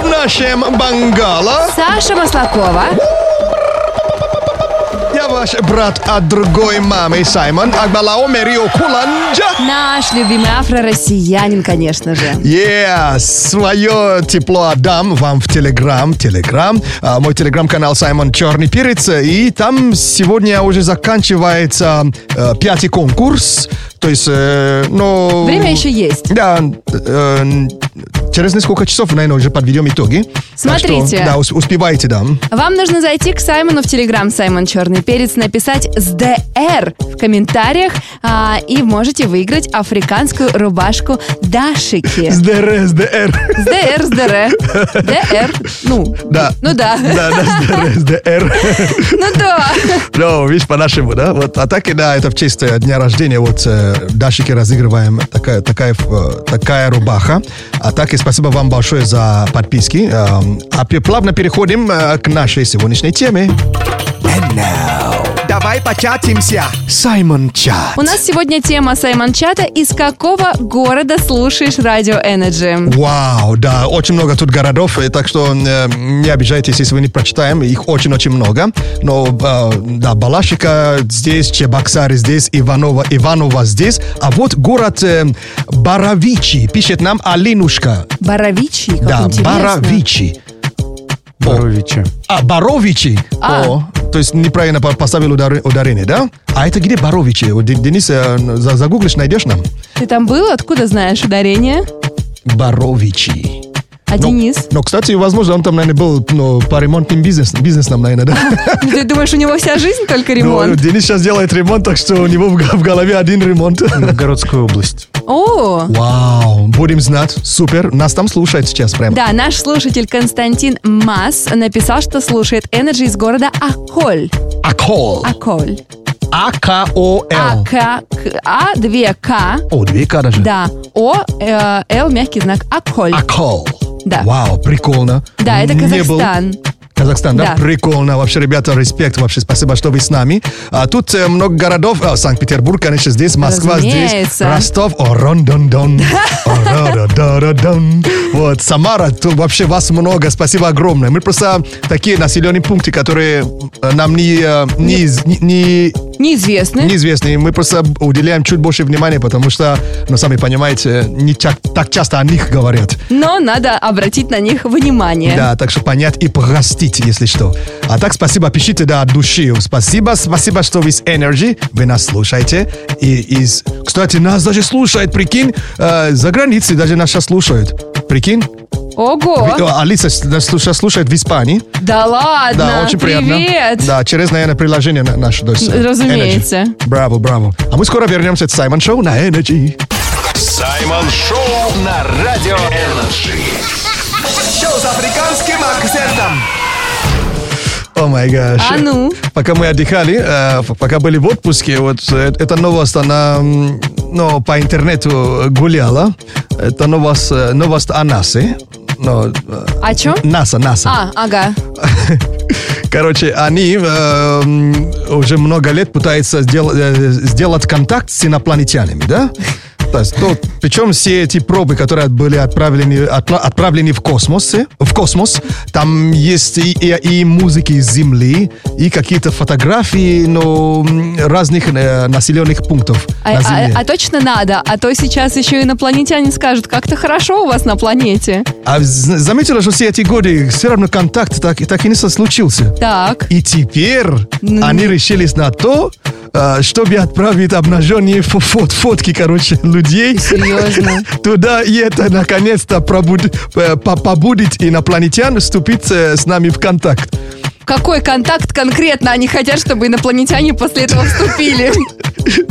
Speaker 1: В нашем Бангала
Speaker 4: Саша Маслакова.
Speaker 1: я ваш брат от другой мамы Саймон Агбалао Мерио Куланджа.
Speaker 4: Наш любимый афро-россиянин, конечно же.
Speaker 1: Yeah, свое тепло отдам вам в Телеграм, Телеграм, А, мой Телеграм-канал Саймон Черный Перец, и там сегодня уже заканчивается э, пятый конкурс, то есть, э, ну...
Speaker 4: Время еще есть.
Speaker 1: Да, э, через несколько часов, наверное, уже подведем итоги. Так что,
Speaker 4: Смотрите.
Speaker 1: да, ус- успевайте, да.
Speaker 4: Вам нужно зайти к Саймону в Телеграм Саймон Черный Перец, написать с ДР в комментариях а, и можете выиграть африканскую рубашку Дашики. С
Speaker 1: СДР, СДР.
Speaker 4: ДР, с ДР. ДР, ну,
Speaker 1: Да.
Speaker 4: ну да.
Speaker 1: Да, да, СДР, СДР.
Speaker 4: Ну да.
Speaker 1: Ну, видишь, по-нашему, да? Вот, а так и да, это в честь э, дня рождения вот э, Дашики разыгрываем такая, такая, э, такая рубаха. А так и спасибо вам большое за подписки. Эм, А пе- плавно переходим э, к нашей сегодняшней теме.
Speaker 11: Давай початимся. Саймон Чат.
Speaker 4: У нас сегодня тема Саймон Чата. Из какого города слушаешь Радио Энерджи?
Speaker 1: Вау, да, очень много тут городов, э, так что э, не обижайтесь, если вы не прочитаем, их очень-очень много. Но, э, да, Балашика здесь, Чебоксары здесь, Иванова, Иванова здесь. А вот город э, Баравичи, пишет нам Алинушка.
Speaker 4: Боровичи, как
Speaker 1: Да,
Speaker 4: интересно.
Speaker 1: Баравичи.
Speaker 10: Боровичи.
Speaker 1: А, Боровичи.
Speaker 4: А.
Speaker 1: О, то есть неправильно по- поставил удар- ударение, да? А это где Боровичи? Вот, Де- Денис, э, за- загуглишь, найдешь нам?
Speaker 4: Ты там был? Откуда знаешь ударение?
Speaker 1: Боровичи.
Speaker 4: А
Speaker 1: Ну,
Speaker 4: Денис?
Speaker 1: Но, кстати, возможно, он там, наверное, был ну, по ремонтным бизнес, бизнесам, наверное, да?
Speaker 4: Ты думаешь, у него вся жизнь только
Speaker 1: Ну,
Speaker 4: ремонт?
Speaker 1: Денис сейчас делает ремонт, так что у него в г- в голове один ремонт.
Speaker 10: Новгородская область.
Speaker 4: О!
Speaker 1: Вау, будем знать. Супер. Нас там слушают сейчас прямо.
Speaker 4: Да, наш слушатель Константин Мас написал, что слушает Energy из города Аколь.
Speaker 1: Акол.
Speaker 4: Аколь.
Speaker 1: А-К-О-Л.
Speaker 4: А, К, А, две К,
Speaker 1: О, две К даже.
Speaker 4: да, О, э, Л, мягкий знак, Аколь.
Speaker 1: Акол.
Speaker 4: Да.
Speaker 1: Вау, прикольно.
Speaker 4: Да, это
Speaker 1: А, Не был.
Speaker 4: Казахстан.
Speaker 1: Казахстан, да?
Speaker 4: Да.
Speaker 1: Прикольно. Вообще, ребята, респект. Вообще, спасибо, что вы с нами. А тут э, много городов. А, Санкт-Петербург, конечно, здесь. Москва здесь.
Speaker 4: Разумеется.
Speaker 1: Ростов. О, рон-дон-дон. О-ра-ра-да-ра-дон. Вот, Самара. Тут вообще вас много. Спасибо огромное. Мы просто такие населенные пункты, которые э, нам не, э, не, из- не- не
Speaker 4: Неизвестный.
Speaker 1: неизвестные. Мы просто уделяем чуть больше внимания, потому что, ну, сами понимаете, не чак- так часто о них говорят.
Speaker 4: Но надо обратить на них внимание.
Speaker 1: Да, так что понять и простить, если что. А так спасибо, пишите, да, от души. Спасибо, спасибо, что вы с Energy, вы нас слушаете. И из... Кстати, нас даже слушают, прикинь, э, за границей даже нас сейчас слушают. Прикинь, Ви-
Speaker 4: Ого!
Speaker 1: о, Алиса нас сейчас слушает в Испании.
Speaker 4: Да ладно!
Speaker 1: Да, очень приятно.
Speaker 4: Привет!
Speaker 1: Да, через, наверное, приложение на- наше. то есть, э,
Speaker 4: Разумеется.
Speaker 1: Energy. Браво, браво. А мы скоро вернемся, это Саймон Шоу на Energy.
Speaker 5: Саймон Шоу на Радио Энерджи.
Speaker 11: Шоу с африканским акцентом.
Speaker 1: О, О май гаш.
Speaker 4: А ну?
Speaker 1: Пока мы отдыхали, э, пока были в отпуске, вот э, эта новость, она м, ну, по интернету гуляла. Это новость, э, новость о НАСА. Но, э,
Speaker 4: О чем?
Speaker 1: НАСА, НАСА.
Speaker 4: А, ага.
Speaker 1: Короче, они э, м, уже много лет пытаются сдел- э, сделать контакт с инопланетянами, да? То есть, ну, причем все эти пробы, которые были отправлены, отпла- отправлены в космос, э, в космос, там есть и, и- и музыки с Земли, и какие-то фотографии, но м, разных э, населенных пунктов
Speaker 4: А,
Speaker 1: на
Speaker 4: а-
Speaker 1: Земле.
Speaker 4: а точно надо, а то сейчас еще инопланетяне скажут, как-то хорошо у вас на планете.
Speaker 1: А з- заметила, что все эти годы все равно контакт так, так и не со- случился.
Speaker 4: Так.
Speaker 1: И теперь
Speaker 4: Ну.
Speaker 1: они решились на то, э, чтобы отправить обнаженные фо- фот- фотки, короче, людей.
Speaker 4: Серьезно?
Speaker 1: Туда, и это наконец-то пробуд- э, по- побудит инопланетян вступить э, с нами в контакт.
Speaker 4: Какой контакт конкретно они хотят, чтобы инопланетяне после этого вступили?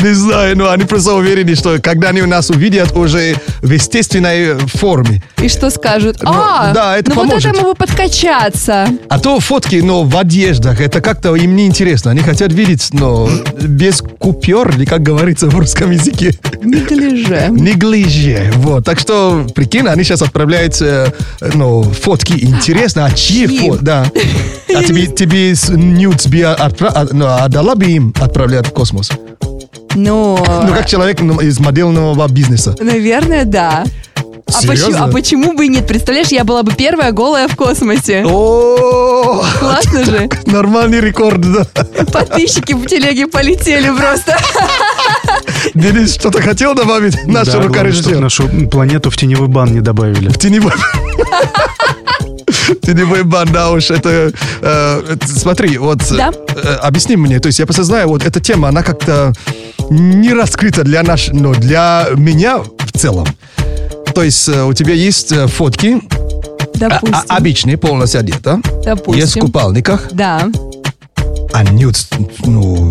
Speaker 1: Не знаю, но они просто уверены, что когда они нас увидят уже в естественной форме.
Speaker 4: И что скажут? А,
Speaker 1: Ну, да, это
Speaker 4: ну вот
Speaker 1: поможет.
Speaker 4: этому бы подкачаться.
Speaker 1: А то фотки, но в одеждах, это как-то им не интересно. Они хотят видеть, но без купюр, или как говорится в русском языке.
Speaker 4: Неглиже.
Speaker 1: Неглиже, вот. Так что, прикинь, они сейчас отправляют, э, ну, фотки. Интересно, а чьи
Speaker 4: Чьи?
Speaker 1: фотки? Да. А тебе, тебе с- нюдс бы отпра- а, ну, отдала бы им отправлять в космос?
Speaker 4: Ну,
Speaker 1: Ну, как человек ну, из модельного бизнеса.
Speaker 4: наверное, да. А почему,
Speaker 1: Серьезно?
Speaker 4: а почему бы и нет? Представляешь, я была бы первая голая в космосе.
Speaker 1: О,
Speaker 4: Классно же.
Speaker 1: нормальный рекорд, да.
Speaker 4: Подписчики в телеге полетели просто.
Speaker 1: Денис, что-то хотел добавить? Наш
Speaker 10: Да, главное, чтобы
Speaker 1: рукорежиссер.
Speaker 10: нашу планету в теневой бан не добавили.
Speaker 1: В теневой... Теневой бан, да уж, это... э, это- смотри, вот... э,
Speaker 4: Да.
Speaker 1: э, объясни мне, то есть я просто знаю, вот эта тема, она как-то не раскрыта для наш... но для меня в целом. То есть э, у тебя есть э, фотки, а-
Speaker 4: Допустим.
Speaker 1: а- обычные, полностью одета.
Speaker 4: Допустим.
Speaker 1: Есть в купальниках.
Speaker 4: Да.
Speaker 1: А нюд, ну...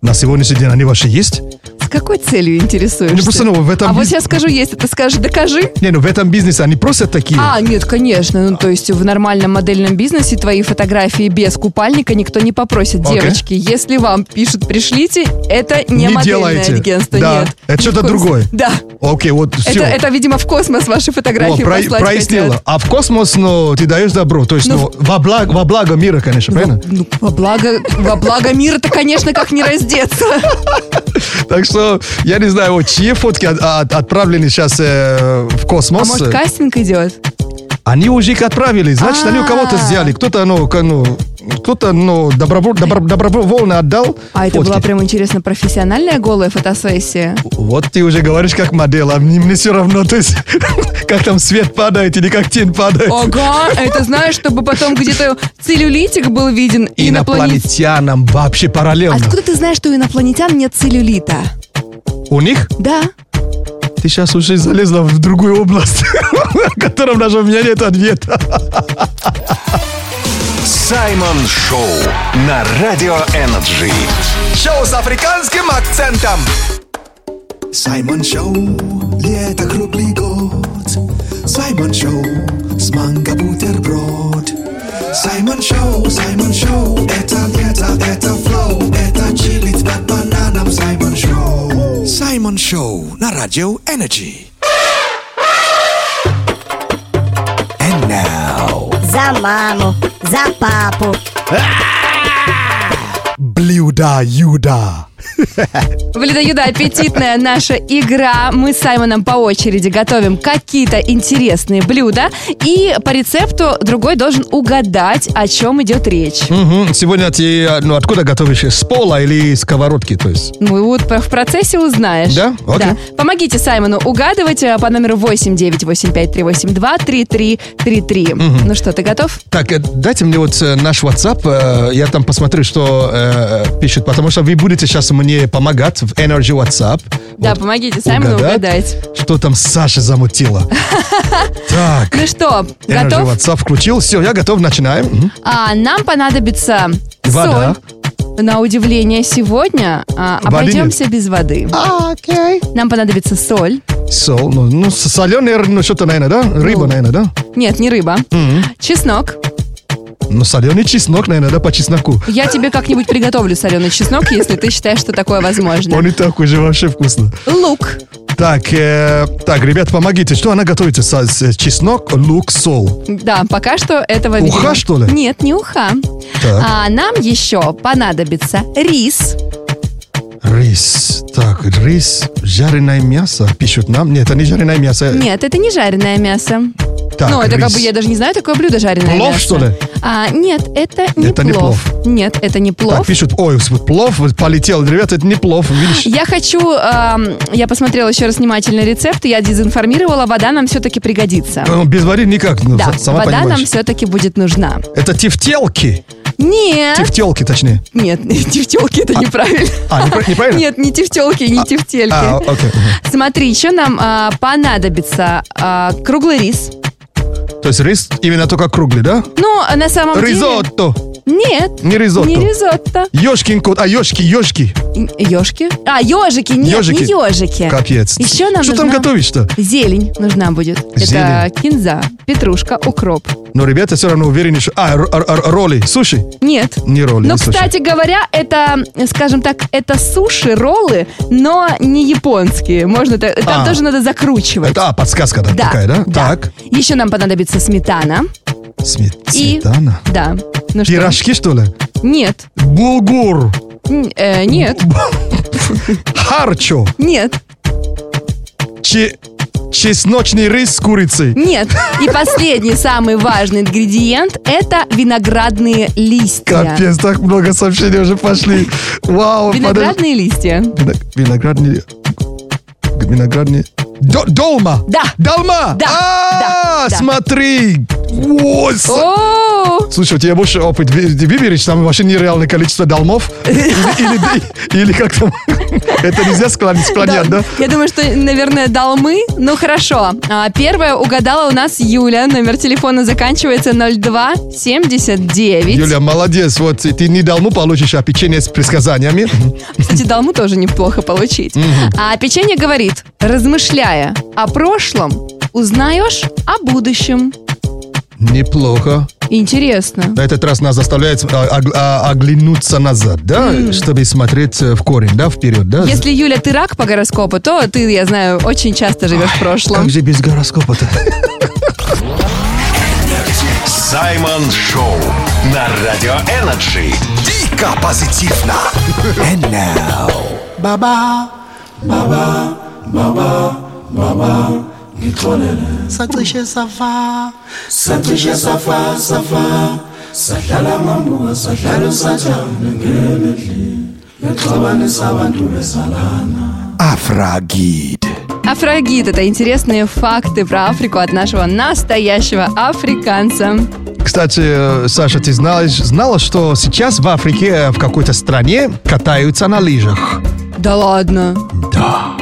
Speaker 1: На сегодняшний день они вообще есть?
Speaker 4: С какой целью интересуешься?
Speaker 1: Ну, просто, ну, в этом
Speaker 4: А вот
Speaker 1: без-
Speaker 4: я скажу, если ты скажешь, докажи.
Speaker 1: Не, ну в этом бизнесе они просто такие.
Speaker 4: А, нет, конечно. Ну, то есть в нормальном модельном бизнесе твои фотографии без купальника никто не попросит.
Speaker 1: Окей.
Speaker 4: Девочки, если вам пишут, пришлите, это не,
Speaker 1: Не
Speaker 4: модельное
Speaker 1: делайте.
Speaker 4: агентство.
Speaker 1: Да,
Speaker 4: Нет.
Speaker 1: это
Speaker 4: Ни в
Speaker 1: что-то
Speaker 4: коем
Speaker 1: другое.
Speaker 4: случае. Да.
Speaker 1: Окей, вот все.
Speaker 4: Это, это, видимо, в космос ваши фотографии
Speaker 1: О, про-
Speaker 4: послать
Speaker 1: прояснила.
Speaker 4: хотят.
Speaker 1: А в космос, ну, ты даешь добро. То есть, ну,
Speaker 4: Ну,
Speaker 1: во, благо, во благо мира, конечно, правильно?
Speaker 4: Ну, во благо, во благо мира-то, конечно, как не раздеться.
Speaker 1: Так что, я не знаю, вот чьи фотки от- от- отправлены сейчас э, в
Speaker 4: А
Speaker 1: космос.
Speaker 4: может, кастинг идет?
Speaker 1: они уже их отправили. Значит, они у кого-то
Speaker 4: А.
Speaker 1: взяли. Кто-то, ну, ка- ну, кто-то, ну, добровол- добро- добровольно отдал
Speaker 4: А это
Speaker 1: фотки.
Speaker 4: была прям, интересно, профессиональная голая фотосессия?
Speaker 1: Вот ты уже говоришь как модель, а мне, мне все равно, то есть, как там свет падает или как тень падает.
Speaker 4: Ага, а это знаешь, чтобы потом где-то целлюлитик был виден. инопланет-
Speaker 1: Инопланетянам вообще параллельно.
Speaker 4: А Откуда ты знаешь, что у инопланетян нет целлюлита?
Speaker 1: У них
Speaker 4: Да.
Speaker 1: Ты сейчас уже залезла в другую область, в котором даже у меня нет ответа.
Speaker 5: Саймон Шоу на Радио Энерджи.
Speaker 2: Шоу с африканским акцентом. Саймон Шоу, лето круглый год. Саймон Шоу, с манго бутерброд. Саймон Шоу, Саймон Шоу, это лето, это флоу, это чилит под бананом Саймон Шоу. Саймон Шоу на Радио Энерджи. And now,
Speaker 12: За маму, за папу.
Speaker 2: Блюда Юда.
Speaker 4: В Ледоюда аппетитная наша игра. Мы с Саймоном по очереди готовим какие-то интересные блюда. И по рецепту другой должен угадать, о чем идет речь.
Speaker 1: Сегодня ты, ну, откуда готовишь? С пола или с сковородки, то есть?
Speaker 4: Ну, вот про- в процессе узнаешь.
Speaker 1: Да? Окей.
Speaker 4: Помогите Саймону угадывать э, по номеру 89853823333. Ну что, ты готов?
Speaker 1: Так, э, дайте мне вот э, наш WhatsApp, э, я там посмотрю, что э, пишут, потому что вы будете сейчас мне помогать в Energy WhatsApp.
Speaker 4: Да, помогите Саймону угадать.
Speaker 1: Что там Саша замутила? Так,
Speaker 4: Ну что,
Speaker 1: Energy
Speaker 4: готов?
Speaker 1: WhatsApp включил, все, я готов, начинаем. Мгм.
Speaker 4: А, нам понадобится
Speaker 1: Вода.
Speaker 4: соль. На удивление сегодня а,
Speaker 1: Воды нет.
Speaker 4: обойдемся без воды.
Speaker 1: А. Окей.
Speaker 4: Нам понадобится соль.
Speaker 1: Сол, ну, ну, соленый, ну, что-то, наверное, да? Рыба,
Speaker 4: Ну.
Speaker 1: наверное, да?
Speaker 4: Нет, не рыба. Чеснок.
Speaker 1: Ну, соленый чеснок, наверное, да, по чесноку.
Speaker 4: Я тебе как-нибудь приготовлю соленый чеснок, если ты считаешь, что такое возможно.
Speaker 1: Он и так уже вообще вкусно.
Speaker 4: Лук.
Speaker 1: Так, э, так, ребят, помогите. Что она готовится? Со- с- чеснок, лук, сол.
Speaker 4: Да, пока что этого
Speaker 1: Уха,
Speaker 4: видимо-
Speaker 1: что ли?
Speaker 4: Нет, не уха.
Speaker 1: Так.
Speaker 4: А нам еще понадобится рис.
Speaker 1: Рис. Так, рис, жареное мясо, пишут нам. Нет, это не жареное мясо.
Speaker 4: Нет, это не жареное мясо.
Speaker 1: Так,
Speaker 4: ну, это как
Speaker 1: рис.
Speaker 4: бы, я даже не знаю, такое блюдо жареное
Speaker 1: Плов,
Speaker 4: мясо.
Speaker 1: что ли?
Speaker 4: А, нет, это не
Speaker 1: Это не
Speaker 4: плов. Нет, это не
Speaker 1: Так,
Speaker 4: плов.
Speaker 1: пишут, ой, вот плов вот полетел. Ребята, это не плов, видишь?
Speaker 4: Я хочу, эм, я посмотрела еще раз внимательно рецепт, я дезинформировала, вода нам все-таки пригодится.
Speaker 1: Ну, Без воды никак, ну,
Speaker 4: да,
Speaker 1: с- сама
Speaker 4: вода нам
Speaker 1: понимаешь.
Speaker 4: все-таки будет нужна.
Speaker 1: Это тефтелки.
Speaker 4: Нет,
Speaker 1: Тефтелки, точнее.
Speaker 4: нет, тефтелки это неправильно.
Speaker 1: А, непра- неправильно?
Speaker 4: Нет, не тефтелки, не тефтельки.
Speaker 1: А, окей. мгм.
Speaker 4: Смотри, еще нам а, понадобится а, круглый рис.
Speaker 1: То есть рис именно только круглый, да?
Speaker 4: Ну, а на самом деле...
Speaker 1: Ризотто.
Speaker 4: Нет.
Speaker 1: Не ризотто.
Speaker 4: Не ризотто.
Speaker 1: Ёшкин кот. А, ёшки, ёшки.
Speaker 4: Ежки? А, ежики, нет,
Speaker 1: Ёжики.
Speaker 4: не ежики.
Speaker 1: Капец.
Speaker 4: Еще нам
Speaker 1: Что там
Speaker 4: нужна
Speaker 1: готовишь-то?
Speaker 4: Зелень нужна будет.
Speaker 1: Зелень.
Speaker 4: Это кинза, петрушка, укроп.
Speaker 1: Но ребята все равно уверены, что... А, р- р- р- роли, суши?
Speaker 4: Нет.
Speaker 1: Не роли,
Speaker 4: Ну,
Speaker 1: не суши.
Speaker 4: кстати говоря, это, скажем так, это суши, роллы, но не японские. Можно так- там
Speaker 1: А.
Speaker 4: тоже надо закручивать.
Speaker 1: Это, а, подсказка да,
Speaker 4: Да,
Speaker 1: такая, да? Так.
Speaker 4: Еще нам понадобится сметана.
Speaker 1: Смет-
Speaker 4: И-
Speaker 1: Сметана.
Speaker 4: Да. Ну что?
Speaker 1: Пирожки, что ли?
Speaker 4: Нет.
Speaker 1: Булгур.
Speaker 4: Н- э, нет.
Speaker 1: Харчо.
Speaker 4: Нет.
Speaker 1: Че- Чесночный рис с курицей.
Speaker 4: Нет. И последний, самый важный ингредиент – это виноградные листья.
Speaker 1: Капец, так много сообщений уже пошли. Вау, подожди.
Speaker 4: Виноградные листья.
Speaker 1: Вина- Виноградный... Виноградный... До- Долма!
Speaker 4: Да.
Speaker 1: Долма!
Speaker 4: Да,
Speaker 1: А, смотри! О, с-
Speaker 4: О,
Speaker 1: Слушай, у тебя больше опыт. Ви- Ты выберешь, там вообще нереальное количество долмов? Или, или- или как там? Это нельзя склон- склонять, да?
Speaker 4: Я думаю, что, наверное, долмы. Ну, хорошо. А, Первая угадала у нас Юля. Номер телефона заканчивается 0279.
Speaker 1: Юля, молодец. Вот и ты не долму получишь, а печенье с предсказаниями.
Speaker 4: Кстати, долму тоже неплохо получить. А печенье говорит, размышляя о прошлом, узнаешь о будущем.
Speaker 1: Неплохо.
Speaker 4: Интересно.
Speaker 1: На этот раз нас заставляет а, ог- а, оглянуться назад, да? Чтобы смотреть э, в корень, да, вперед, да?
Speaker 4: Если, Юля, ты рак по гороскопу, то ты, я знаю, очень часто живешь в прошлом.
Speaker 1: Как же без гороскопа-то?
Speaker 5: Саймон Шоу на Радио Энерджи.
Speaker 11: Дико позитивно. And now. Баба, баба, баба, баба. Сатыше сафа, сатыше сафа, сафа. Сахара маму, сахара сача, ннгелетли. Yaxabane sabantu besalana. Афрагид.
Speaker 4: Афрагит – это интересные факты про Африку от нашего настоящего африканца.
Speaker 1: Кстати, э, Саша, ты знаешь, знала, что сейчас в Африке, э, в какой-то стране катаются на лыжах?
Speaker 4: Да ладно.
Speaker 1: Да.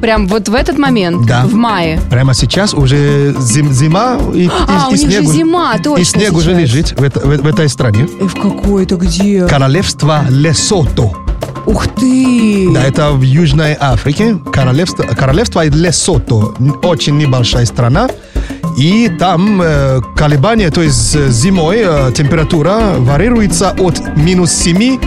Speaker 4: Прям вот в этот момент,
Speaker 1: Да.
Speaker 4: в мае.
Speaker 1: Прямо сейчас уже зим- зима и, и-
Speaker 4: А,
Speaker 1: и
Speaker 4: у них
Speaker 1: снег
Speaker 4: же
Speaker 1: у-
Speaker 4: зима, точно
Speaker 1: И снег уже
Speaker 4: сейчас.
Speaker 1: лежит в, это- в- в этой стране.
Speaker 4: И в какой-то где?
Speaker 1: Королевство Лесото.
Speaker 4: Ух ты!
Speaker 1: Да, это в Южной Африке. Королевство, королевство Лесото. Н- Очень небольшая страна. И там э, колебания, то есть э, зимой э, температура варьируется от минус 7,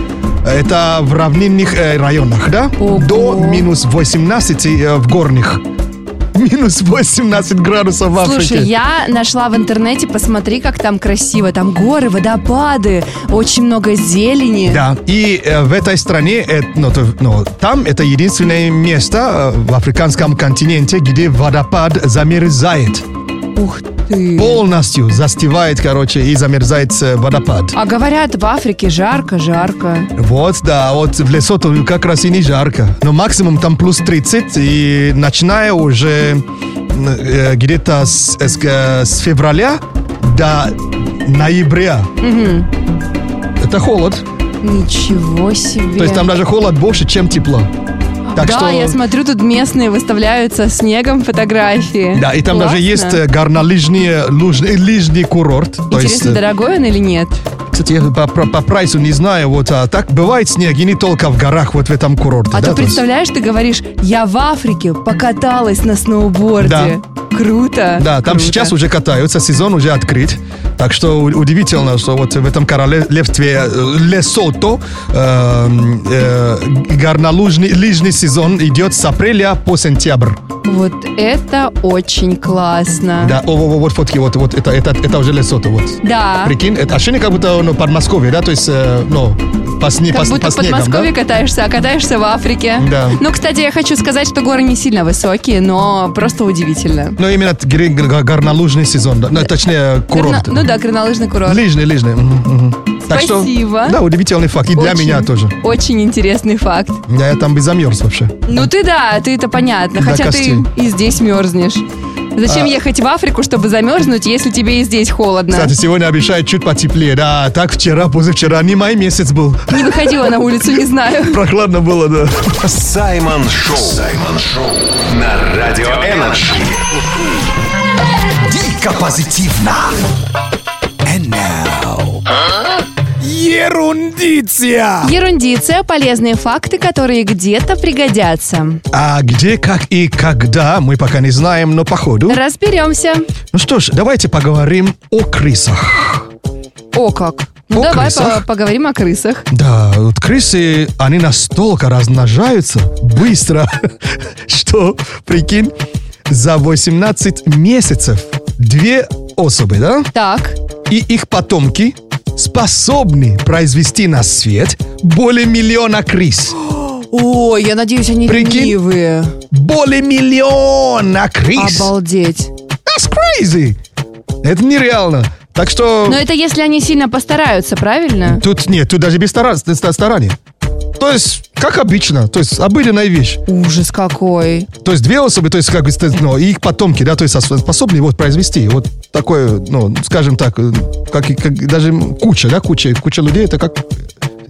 Speaker 1: это в равнинных э, районах, да? До минус 18 э, в горных. Минус 18 градусов в Африке.
Speaker 4: Слушай, я нашла в интернете, посмотри, как там красиво. Там горы, водопады, очень много зелени.
Speaker 1: Да, и э, в этой стране, э, ну, то- ну, там это единственное место э, в африканском континенте, где водопад замерзает.
Speaker 4: Ух ты.
Speaker 1: Полностью застивает, короче, и замерзает э, водопад.
Speaker 4: А говорят, в Африке жарко, жарко.
Speaker 1: Вот, да, вот в лесу то как раз и не жарко. Но максимум там плюс 30, и начиная уже э, где-то с, с- э, с февраля до ноября.
Speaker 4: Мгм.
Speaker 1: Это холод.
Speaker 4: Ничего себе.
Speaker 1: То есть там даже холод больше, чем тепло. Так
Speaker 4: да,
Speaker 1: что...
Speaker 4: я смотрю, тут местные выставляют со снегом фотографии.
Speaker 1: Да, и там даже
Speaker 4: Классно.
Speaker 1: есть э, горнолыжный э, лыжный, лыжный курорт. То
Speaker 4: Интересно,
Speaker 1: э,
Speaker 4: дорогой он или нет?
Speaker 1: 15, я по, по- по прайсу не знаю, вот, а так бывает снег, и не только в горах, вот в этом курорте.
Speaker 4: А
Speaker 1: да,
Speaker 4: ты
Speaker 1: то есть?
Speaker 4: представляешь, ты говоришь, я в Африке покаталась на сноуборде. Круто.
Speaker 1: Да, там сейчас уже катаются, сезон уже открыт. Так что у- удивительно, что вот в этом королевстве э, Лесото э, э, горнолыжный лыжный сезон идет с апреля по сентябрь.
Speaker 4: Вот это очень классно.
Speaker 1: Да, о, во- во- вот фотки, вот, вот это, это, это уже Лесото, вот.
Speaker 4: Да.
Speaker 1: Прикинь, это ощущение, как будто ну, Подмосковье, да, то есть, э, ну, по, сне,
Speaker 4: Как
Speaker 1: по,
Speaker 4: будто
Speaker 1: по
Speaker 4: в
Speaker 1: снегам, да?
Speaker 4: Подмосковье катаешься, а катаешься в Африке.
Speaker 1: Да.
Speaker 4: Ну, кстати, я хочу сказать, что горы не сильно высокие, но просто удивительно.
Speaker 1: Ну, именно т- гри- гр- гор- горнолыжный сезон, да, ну, точнее, курорт.
Speaker 4: Горно- Ну да, горнолыжный курорт.
Speaker 1: Лыжный, лыжный. мгм, мгм. Так что,
Speaker 4: Спасибо.
Speaker 1: да, удивительный факт. И для
Speaker 4: Очень-
Speaker 1: меня тоже.
Speaker 4: Очень интересный факт.
Speaker 1: Да, Я там бы замерз вообще.
Speaker 4: Ну ты да, ты это понятно,
Speaker 1: До
Speaker 4: хотя
Speaker 1: костей.
Speaker 4: ты и здесь мерзнешь. Зачем
Speaker 1: А.
Speaker 4: ехать в Африку, чтобы замерзнуть, если тебе и здесь холодно?
Speaker 1: Кстати, сегодня обещают чуть потеплее. Да, а так вчера, позавчера, не май месяц был.
Speaker 4: Не выходила на улицу, не знаю.
Speaker 1: Прохладно было, да.
Speaker 5: Саймон Шоу. Саймон Шоу на Радио Энерджи.
Speaker 11: Дико позитивно. And now. Ерундиция.
Speaker 4: Ерундиция, полезные факты, которые где-то пригодятся.
Speaker 1: А где, как и когда, мы пока не знаем, но походу.
Speaker 4: Разберемся.
Speaker 1: Ну что ж, давайте поговорим о крысах.
Speaker 4: О как. Ну
Speaker 1: О
Speaker 4: давай
Speaker 1: крысах.
Speaker 4: по- поговорим о крысах.
Speaker 1: Да, вот крысы, они настолько размножаются быстро, что, прикинь, за 18 месяцев две особы, да?
Speaker 4: Так.
Speaker 1: И их потомки способны произвести на свет более миллиона крыс.
Speaker 4: Ой, я надеюсь, они ленивые.
Speaker 1: Более миллиона крыс.
Speaker 4: Обалдеть.
Speaker 1: That's crazy. Это нереально. Так что...
Speaker 4: Но это если они сильно постараются, правильно?
Speaker 1: Тут нет, тут даже без стара- ста- старания. То есть, как обычно, то есть обыденная вещь.
Speaker 4: Ужас какой.
Speaker 1: То есть две особи, то есть как бы, ст- ну, и их потомки, да, то есть ос- способны вот произвести. Вот такое, ну, скажем так, э, как, и- как- даже м, куча, да, куча, куча людей, это как,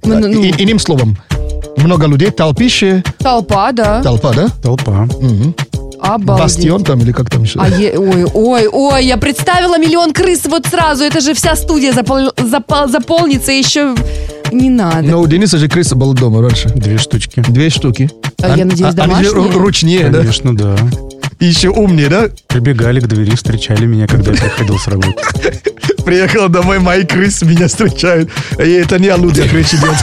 Speaker 4: Ну, ну, ну.
Speaker 1: и- иным словом, много людей, толпище,
Speaker 4: Толпа, да.
Speaker 1: толпа, да?
Speaker 10: Толпа.
Speaker 4: Обалдеть.
Speaker 1: Бастион там или как там еще?
Speaker 4: А е- ой, ой, ой, я представила миллион крыс вот сразу. Это же вся студия запол- запол- заполнится еще не надо.
Speaker 1: Но у Дениса же крыса была дома раньше.
Speaker 10: Две штучки.
Speaker 1: Две штуки.
Speaker 4: А я надеюсь,
Speaker 1: они же ру-
Speaker 4: домашние?
Speaker 1: ручнее, да?
Speaker 10: Конечно, да.
Speaker 1: И еще умнее, да?
Speaker 10: Прибегали к двери, встречали меня, когда я приходил с работы.
Speaker 1: Приехал домой, мои крысы меня встречают. И это не о людях речь идет.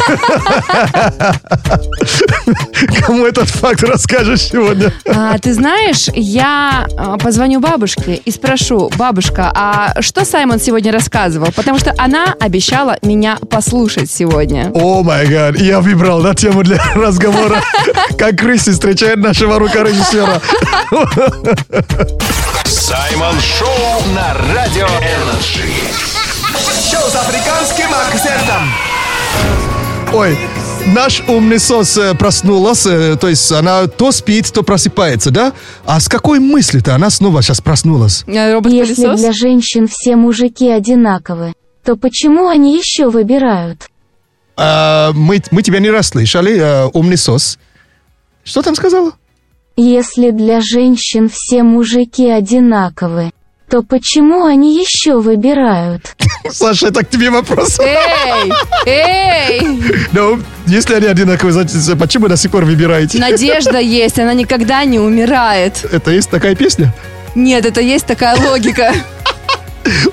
Speaker 1: Кому этот факт расскажешь сегодня?
Speaker 4: А, ты знаешь, я а, позвоню бабушке и спрошу, бабушка, а что Саймон сегодня рассказывал? Потому что она обещала меня послушать сегодня.
Speaker 1: О май гад, я выбрал да, тему для разговора, как крысы встречают нашего рукорежиссера.
Speaker 5: Саймон Шоу на Радио Энерджи.
Speaker 11: Шоу с африканским акцентом.
Speaker 1: Ой, наш умный сос э, проснулась, э, то есть она то спит, то просыпается, да? А с какой мысли-то она снова сейчас проснулась?
Speaker 9: Если
Speaker 4: Робот-пылесос?
Speaker 9: для женщин все мужики одинаковы, то почему они еще выбирают?
Speaker 1: А, мы, мы тебя не расслышали, э, умный сос. Что там сказала?
Speaker 9: Если для женщин все мужики одинаковы, то почему они еще выбирают?
Speaker 1: Саша, это к тебе вопрос.
Speaker 4: Эй, эй!
Speaker 1: Ну, если они одинаковые, значит, почему до сих пор выбираете?
Speaker 4: Надежда есть, она никогда не умирает.
Speaker 1: Это есть такая песня?
Speaker 4: Нет, это есть такая логика.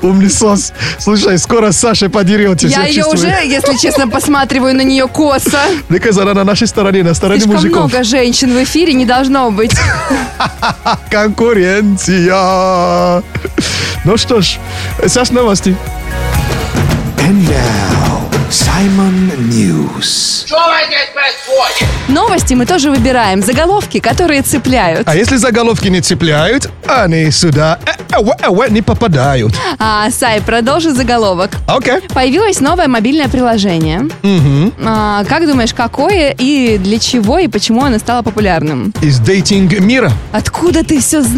Speaker 1: Умный сос. Слушай, скоро с Сашей подеретесь.
Speaker 4: Я ее
Speaker 1: чувствую.
Speaker 4: уже, если честно, посматриваю на нее косо.
Speaker 1: Мне кажется, она на нашей стороне, на стороне
Speaker 4: Слишком
Speaker 1: мужиков.
Speaker 4: много женщин в эфире не должно быть.
Speaker 1: Конкуренция. Ну что ж, Саш, новости.
Speaker 11: And now, Simon News.
Speaker 4: Новости мы тоже выбираем. Заголовки, которые цепляют.
Speaker 1: А если заголовки не цепляют, они сюда э, э, э, э, э, не попадают.
Speaker 4: А, Сай, продолжи заголовок.
Speaker 1: Окей.
Speaker 4: Появилось новое мобильное приложение.
Speaker 1: Мгм.
Speaker 4: А, как думаешь, какое и для чего и почему оно стало популярным?
Speaker 1: Из дейтинг мира.
Speaker 4: Откуда ты все
Speaker 1: Ну, у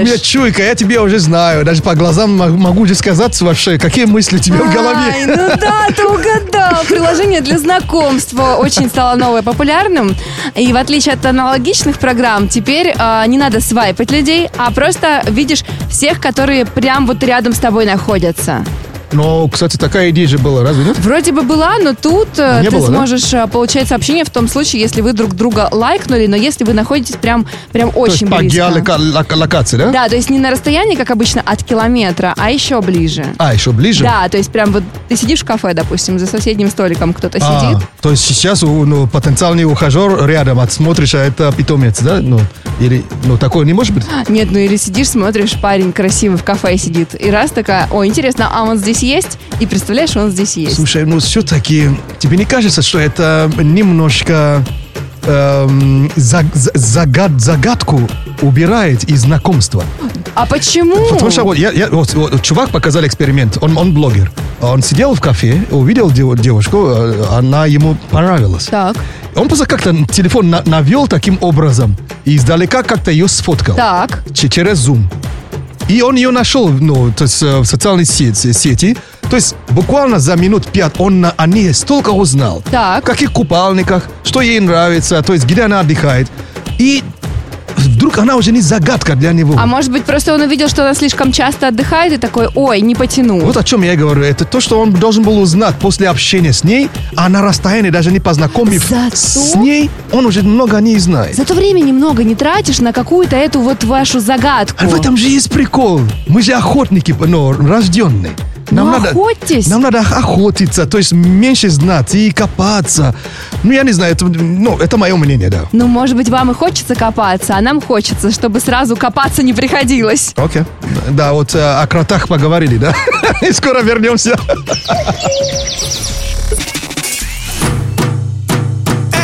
Speaker 1: меня
Speaker 4: знаешь?
Speaker 1: чуйка, я тебе уже знаю. Даже по глазам мог- могу же сказать вообще, какие мысли у тебя в
Speaker 4: Ай,
Speaker 1: голове.
Speaker 4: ну да, ты угадал. Приложение для знакомства очень стало новое популярным. И в отличие от аналогичных программ, теперь а, не надо свайпать людей, а просто видишь всех, которые прям вот рядом с тобой находятся.
Speaker 1: Но, Ну, кстати, такая идея же была, разве нет?
Speaker 4: Вроде бы была, но тут э,
Speaker 1: Не
Speaker 4: ты
Speaker 1: было, да?
Speaker 4: сможешь э, получать сообщение в том случае, если вы друг друга лайкнули, но если вы находитесь прям, прям
Speaker 1: То
Speaker 4: очень
Speaker 1: есть по
Speaker 4: близко.
Speaker 1: геолокации, да?
Speaker 4: Да, то есть не на расстоянии, как обычно, от километра, а еще ближе.
Speaker 1: А, еще ближе?
Speaker 4: Да, то есть прям вот ты сидишь в кафе, допустим, за соседним столиком кто-то
Speaker 1: А,
Speaker 4: сидит.
Speaker 1: то есть сейчас у- ну, потенциальный ухажер рядом, отсмотришь, а это питомец, да? Ну, или, ну, такое не может быть?
Speaker 4: Нет, ну или сидишь, смотришь, парень красивый в кафе сидит. И раз такая, о, интересно, а он здесь есть? И представляешь, он здесь есть.
Speaker 1: Слушай, ну все-таки тебе не кажется, что это немножко эм, за- за- загад- загадку убирает из знакомства?
Speaker 4: А почему?
Speaker 1: Потому что вот, я- я- вот- вот чувак показал эксперимент, он, он блогер. Он сидел в кафе, увидел дев- девушку, э, она ему понравилась.
Speaker 4: Так.
Speaker 1: Он просто как-то телефон на- навел таким образом и издалека как-то ее сфоткал.
Speaker 4: Так.
Speaker 1: Ч- Через Zoom. И он ее нашел ну, то есть, э, в социальной сети, сети. То есть буквально за минут пять он на, о ней столько узнал. Так. В каких купальниках, что ей нравится, то есть где она отдыхает. И вдруг она уже не загадка для него.
Speaker 4: А может быть, просто он увидел, что она слишком часто отдыхает и такой, ой, не потяну.
Speaker 1: Вот о чем я и говорю. Это то, что он должен был узнать после общения с ней, а на расстоянии, даже не познакомив с ней, он уже много о ней знает.
Speaker 4: Зато времени много не тратишь на какую-то эту вот вашу загадку.
Speaker 1: А в этом же есть прикол. Мы же охотники, но рожденные. Нам
Speaker 4: Ну,
Speaker 1: надо,
Speaker 4: охотьтесь.
Speaker 1: Нам надо охотиться, то есть меньше знать и копаться. Ну, я не знаю, это, ну, это мое мнение, да.
Speaker 4: Ну, может быть, вам и хочется копаться, а нам хочется, чтобы сразу копаться не приходилось.
Speaker 1: Окей. Да, вот э, о кротах поговорили, да? И скоро вернемся.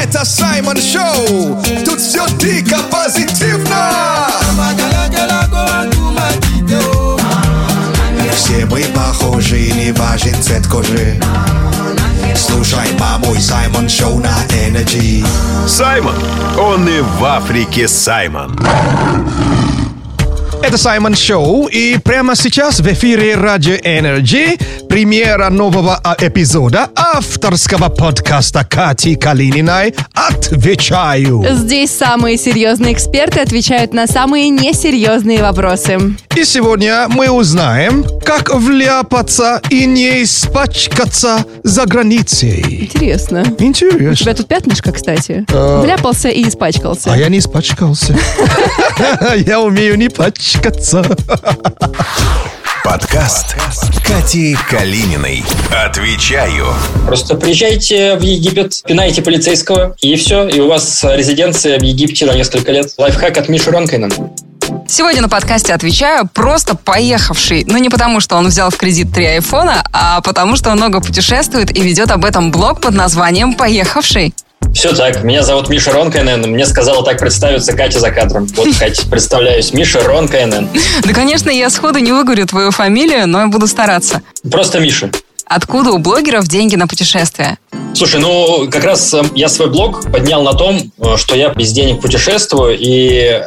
Speaker 2: Это Саймон Шоу. Тут все дико позитивно. Все мы похожи, не важен цвет кожи. Слушай, мамой Саймон Шоу на Energy.
Speaker 5: Саймон. Он и в Африке Саймон.
Speaker 1: Это Саймон Шоу, и прямо сейчас в эфире Радио Energy премьера нового а, эпизода авторского подкаста Кати Калининой «Отвечаю».
Speaker 4: Здесь самые серьезные эксперты отвечают на самые несерьезные вопросы.
Speaker 1: И сегодня мы узнаем, как вляпаться и не испачкаться за границей.
Speaker 4: Интересно.
Speaker 1: Интересно.
Speaker 4: У тебя тут пятнышко, кстати.
Speaker 1: А.
Speaker 4: Вляпался и испачкался.
Speaker 1: А я не испачкался. Я умею не пачкаться.
Speaker 5: Подкаст Кати Калининой. Отвечаю.
Speaker 13: Просто приезжайте в Египет, пинайте полицейского, и все, и у вас резиденция в Египте на несколько лет. Лайфхак от Миши Ронкайна.
Speaker 14: Сегодня на подкасте отвечаю просто поехавший. Но не потому, что он взял в кредит три айфона, а потому, что он много путешествует и ведет об этом блог под названием «Поехавший».
Speaker 13: Все так, меня зовут Миша Ронкайнен, мне сказала так представиться Катя за кадром. Вот, Катя, представляюсь, Миша Ронкайнен.
Speaker 14: Да, конечно, я сходу не выговорю твою фамилию, но я буду стараться.
Speaker 13: Просто Миша.
Speaker 14: Откуда у блогеров деньги на путешествия?
Speaker 13: Слушай, ну как раз э, я свой блог поднял на том, э, что я без денег путешествую, и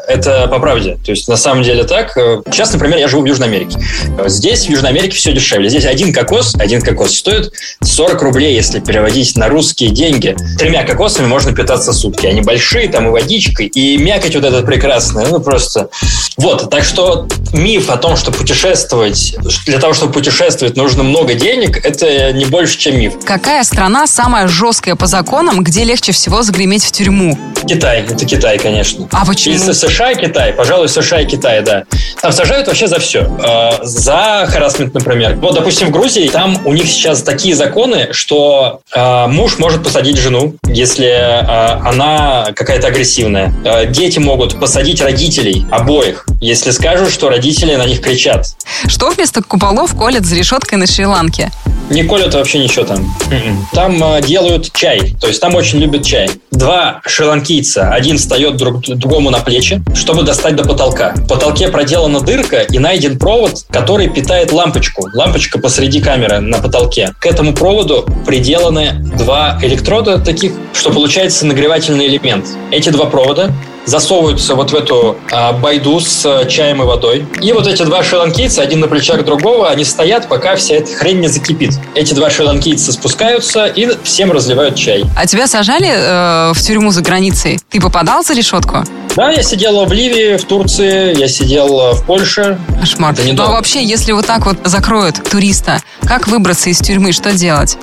Speaker 13: это по правде. То есть на самом деле так. Э, Сейчас, например, я живу в Южной Америке. Э, Здесь, в Южной Америке, все дешевле. Здесь один кокос, один кокос стоит 40 рублей, если переводить на русские деньги. Тремя кокосами можно питаться сутки. Они большие, там и водичкой, и мякоть вот этот прекрасная. Ну просто... Вот, так что миф о том, что путешествовать, для того, чтобы путешествовать, нужно много денег, это не больше, чем миф.
Speaker 14: Какая страна самая жесткая по законам, где легче всего загреметь в тюрьму?
Speaker 13: Китай, это Китай, конечно.
Speaker 14: А почему?
Speaker 13: И с- США и Китай, пожалуй, США и Китай, да. Там сажают вообще за все. Э, За харасмент, например. Вот, допустим, в Грузии, там у них сейчас такие законы, что э, муж может посадить жену, если э, она какая-то агрессивная. Э, Дети могут посадить родителей обоих, если скажут, что родители на них кричат.
Speaker 14: Что вместо куполов колят за решеткой на Шри-Ланке?
Speaker 13: Не колят вообще ничего там. Мгм. Там э, делают чай, то есть там очень любят чай. Два шри-ланкийца, один встает друг другому на плечи, чтобы достать до потолка. В потолке проделана дырка и найден провод, который питает лампочку. Лампочка посреди камеры на потолке. К этому проводу приделаны два электрода таких, что получается нагревательный элемент. Эти два провода засовываются вот в эту а, байду с а, чаем и водой. И вот эти два шри-ланкийца, один на плечах другого, они стоят, пока вся эта хрень не закипит. Эти два шри-ланкийца спускаются и всем разливают чай.
Speaker 14: А тебя сажали э, в тюрьму за границей? Ты попадал за решетку?
Speaker 13: Да, я сидел в Ливии, в Турции, я сидел э, в Польше.
Speaker 14: Кошмар.
Speaker 13: Это
Speaker 14: Ну а
Speaker 13: недолго.
Speaker 14: вообще, если вот так вот закроют туриста, как выбраться из тюрьмы, что делать?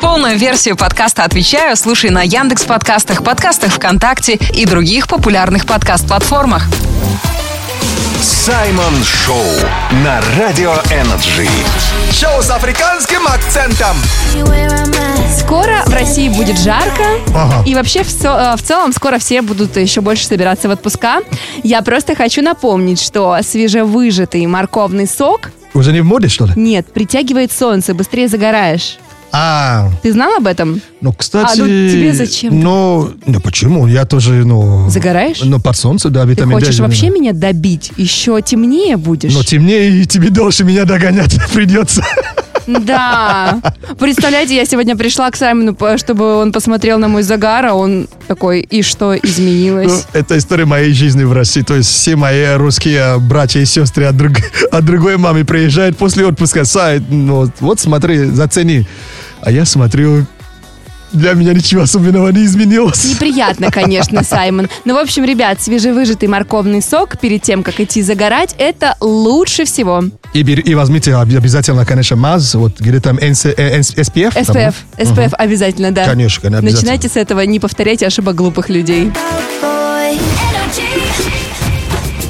Speaker 14: Полную версию подкаста «Отвечаю» слушай на Яндекс подкастах, подкастах ВКонтакте и других популярных подкаст-платформах.
Speaker 5: Саймон Шоу на Радио Энерджи.
Speaker 11: Шоу с африканским акцентом.
Speaker 4: Скоро в России будет жарко.
Speaker 11: Ага.
Speaker 4: И вообще всё- э, в целом скоро все будут еще больше собираться в отпуска. Я просто хочу напомнить, что свежевыжатый морковный сок,
Speaker 1: Уже не в моде, что ли?
Speaker 4: нет, притягивает солнце, быстрее загораешь.
Speaker 1: А,
Speaker 4: Ты знал об этом?
Speaker 1: ну, кстати...
Speaker 4: А, ну, тебе зачем?
Speaker 1: Ну, ну, почему? Я тоже, ну...
Speaker 4: Загораешь?
Speaker 1: Ну, под солнце, да,
Speaker 4: Ты
Speaker 1: витамин D.
Speaker 4: хочешь
Speaker 1: наверное.
Speaker 4: вообще меня добить? Еще темнее будешь?
Speaker 1: Но темнее, и тебе дольше меня догонять придется.
Speaker 4: Да. Представляете, я сегодня пришла к Саймону, по- чтобы он посмотрел на мой загар, а он такой, и что изменилось?
Speaker 1: Ну, это история моей жизни в России. То есть все мои русские братья и сестры от, друг- от другой мамы приезжают после отпуска. Сайт, ну, вот смотри, зацени. А я смотрю, для меня ничего особенного не изменилось.
Speaker 4: Неприятно, конечно, Саймон. Но, в общем, ребят, свежевыжатый морковный сок перед тем, как идти загорать, это лучше всего.
Speaker 1: И, бери- и возьмите об- обязательно, конечно, МАЗ, вот где там NC, э, NC, SPF. там,
Speaker 4: СПФ.
Speaker 1: да?
Speaker 4: СПФ
Speaker 1: Мгм.
Speaker 4: обязательно, да.
Speaker 1: Конечно, конечно, обязательно.
Speaker 4: Начинайте с этого, не повторяйте ошибок глупых людей.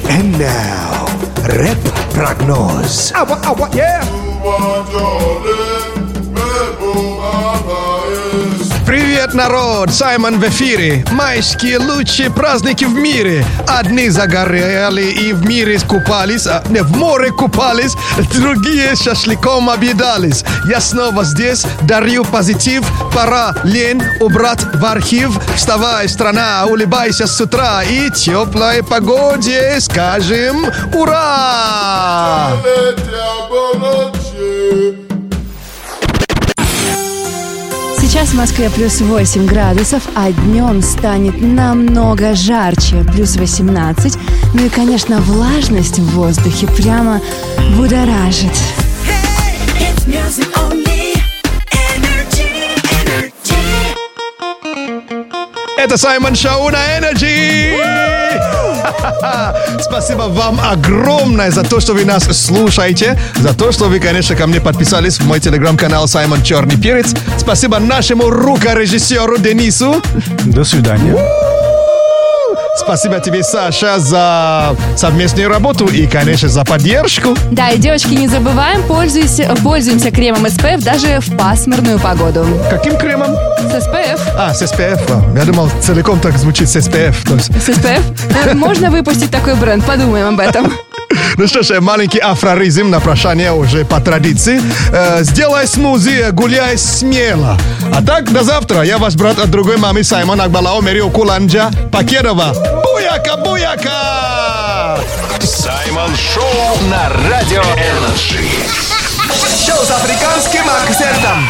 Speaker 11: And now, рэп прогноз.
Speaker 1: Привет, народ! Саймон в эфире. Майские лучшие праздники в мире. Одни загорели и в мире купались, а, не, в море купались, другие шашлыком объедались. Я снова здесь, дарю позитив. Пора лень убрать в архив. Вставай, страна, улыбайся с утра и теплой погоде скажем ура!
Speaker 4: Сейчас в Москве плюс 8 градусов, а днем станет намного жарче, плюс 18. Ну и, конечно, влажность в воздухе прямо будоражит.
Speaker 1: Это Саймон Шоу на Energy! Спасибо вам огромное за то, что вы нас слушаете, за то, что вы, конечно, ко мне подписались в мой телеграм-канал Саймон Черный Перец. Спасибо нашему рукорежиссеру Денису.
Speaker 10: До свидания.
Speaker 1: Спасибо тебе, Саша, за совместную работу и, конечно, за поддержку.
Speaker 4: Да, и, девочки, не забываем, пользуйся, пользуемся кремом SPF даже в пасмурную погоду.
Speaker 1: Каким кремом?
Speaker 4: С SPF.
Speaker 1: А, с SPF. а. Я думал, целиком так звучит с SPF. то есть.
Speaker 4: С SPF? Э, Можно выпустить такой бренд, подумаем об этом.
Speaker 1: Ну что ж, маленький афроризм на прощание уже по традиции. Э, сделай смузи, гуляй смело. А так, до завтра. Я ваш брат от другой мамы Саймон Акбалао, Мерио Куланджа, Пакедова. Буяка, буяка!
Speaker 5: Саймон Шоу на Радио Энерджи.
Speaker 11: Шоу с африканским акцентом.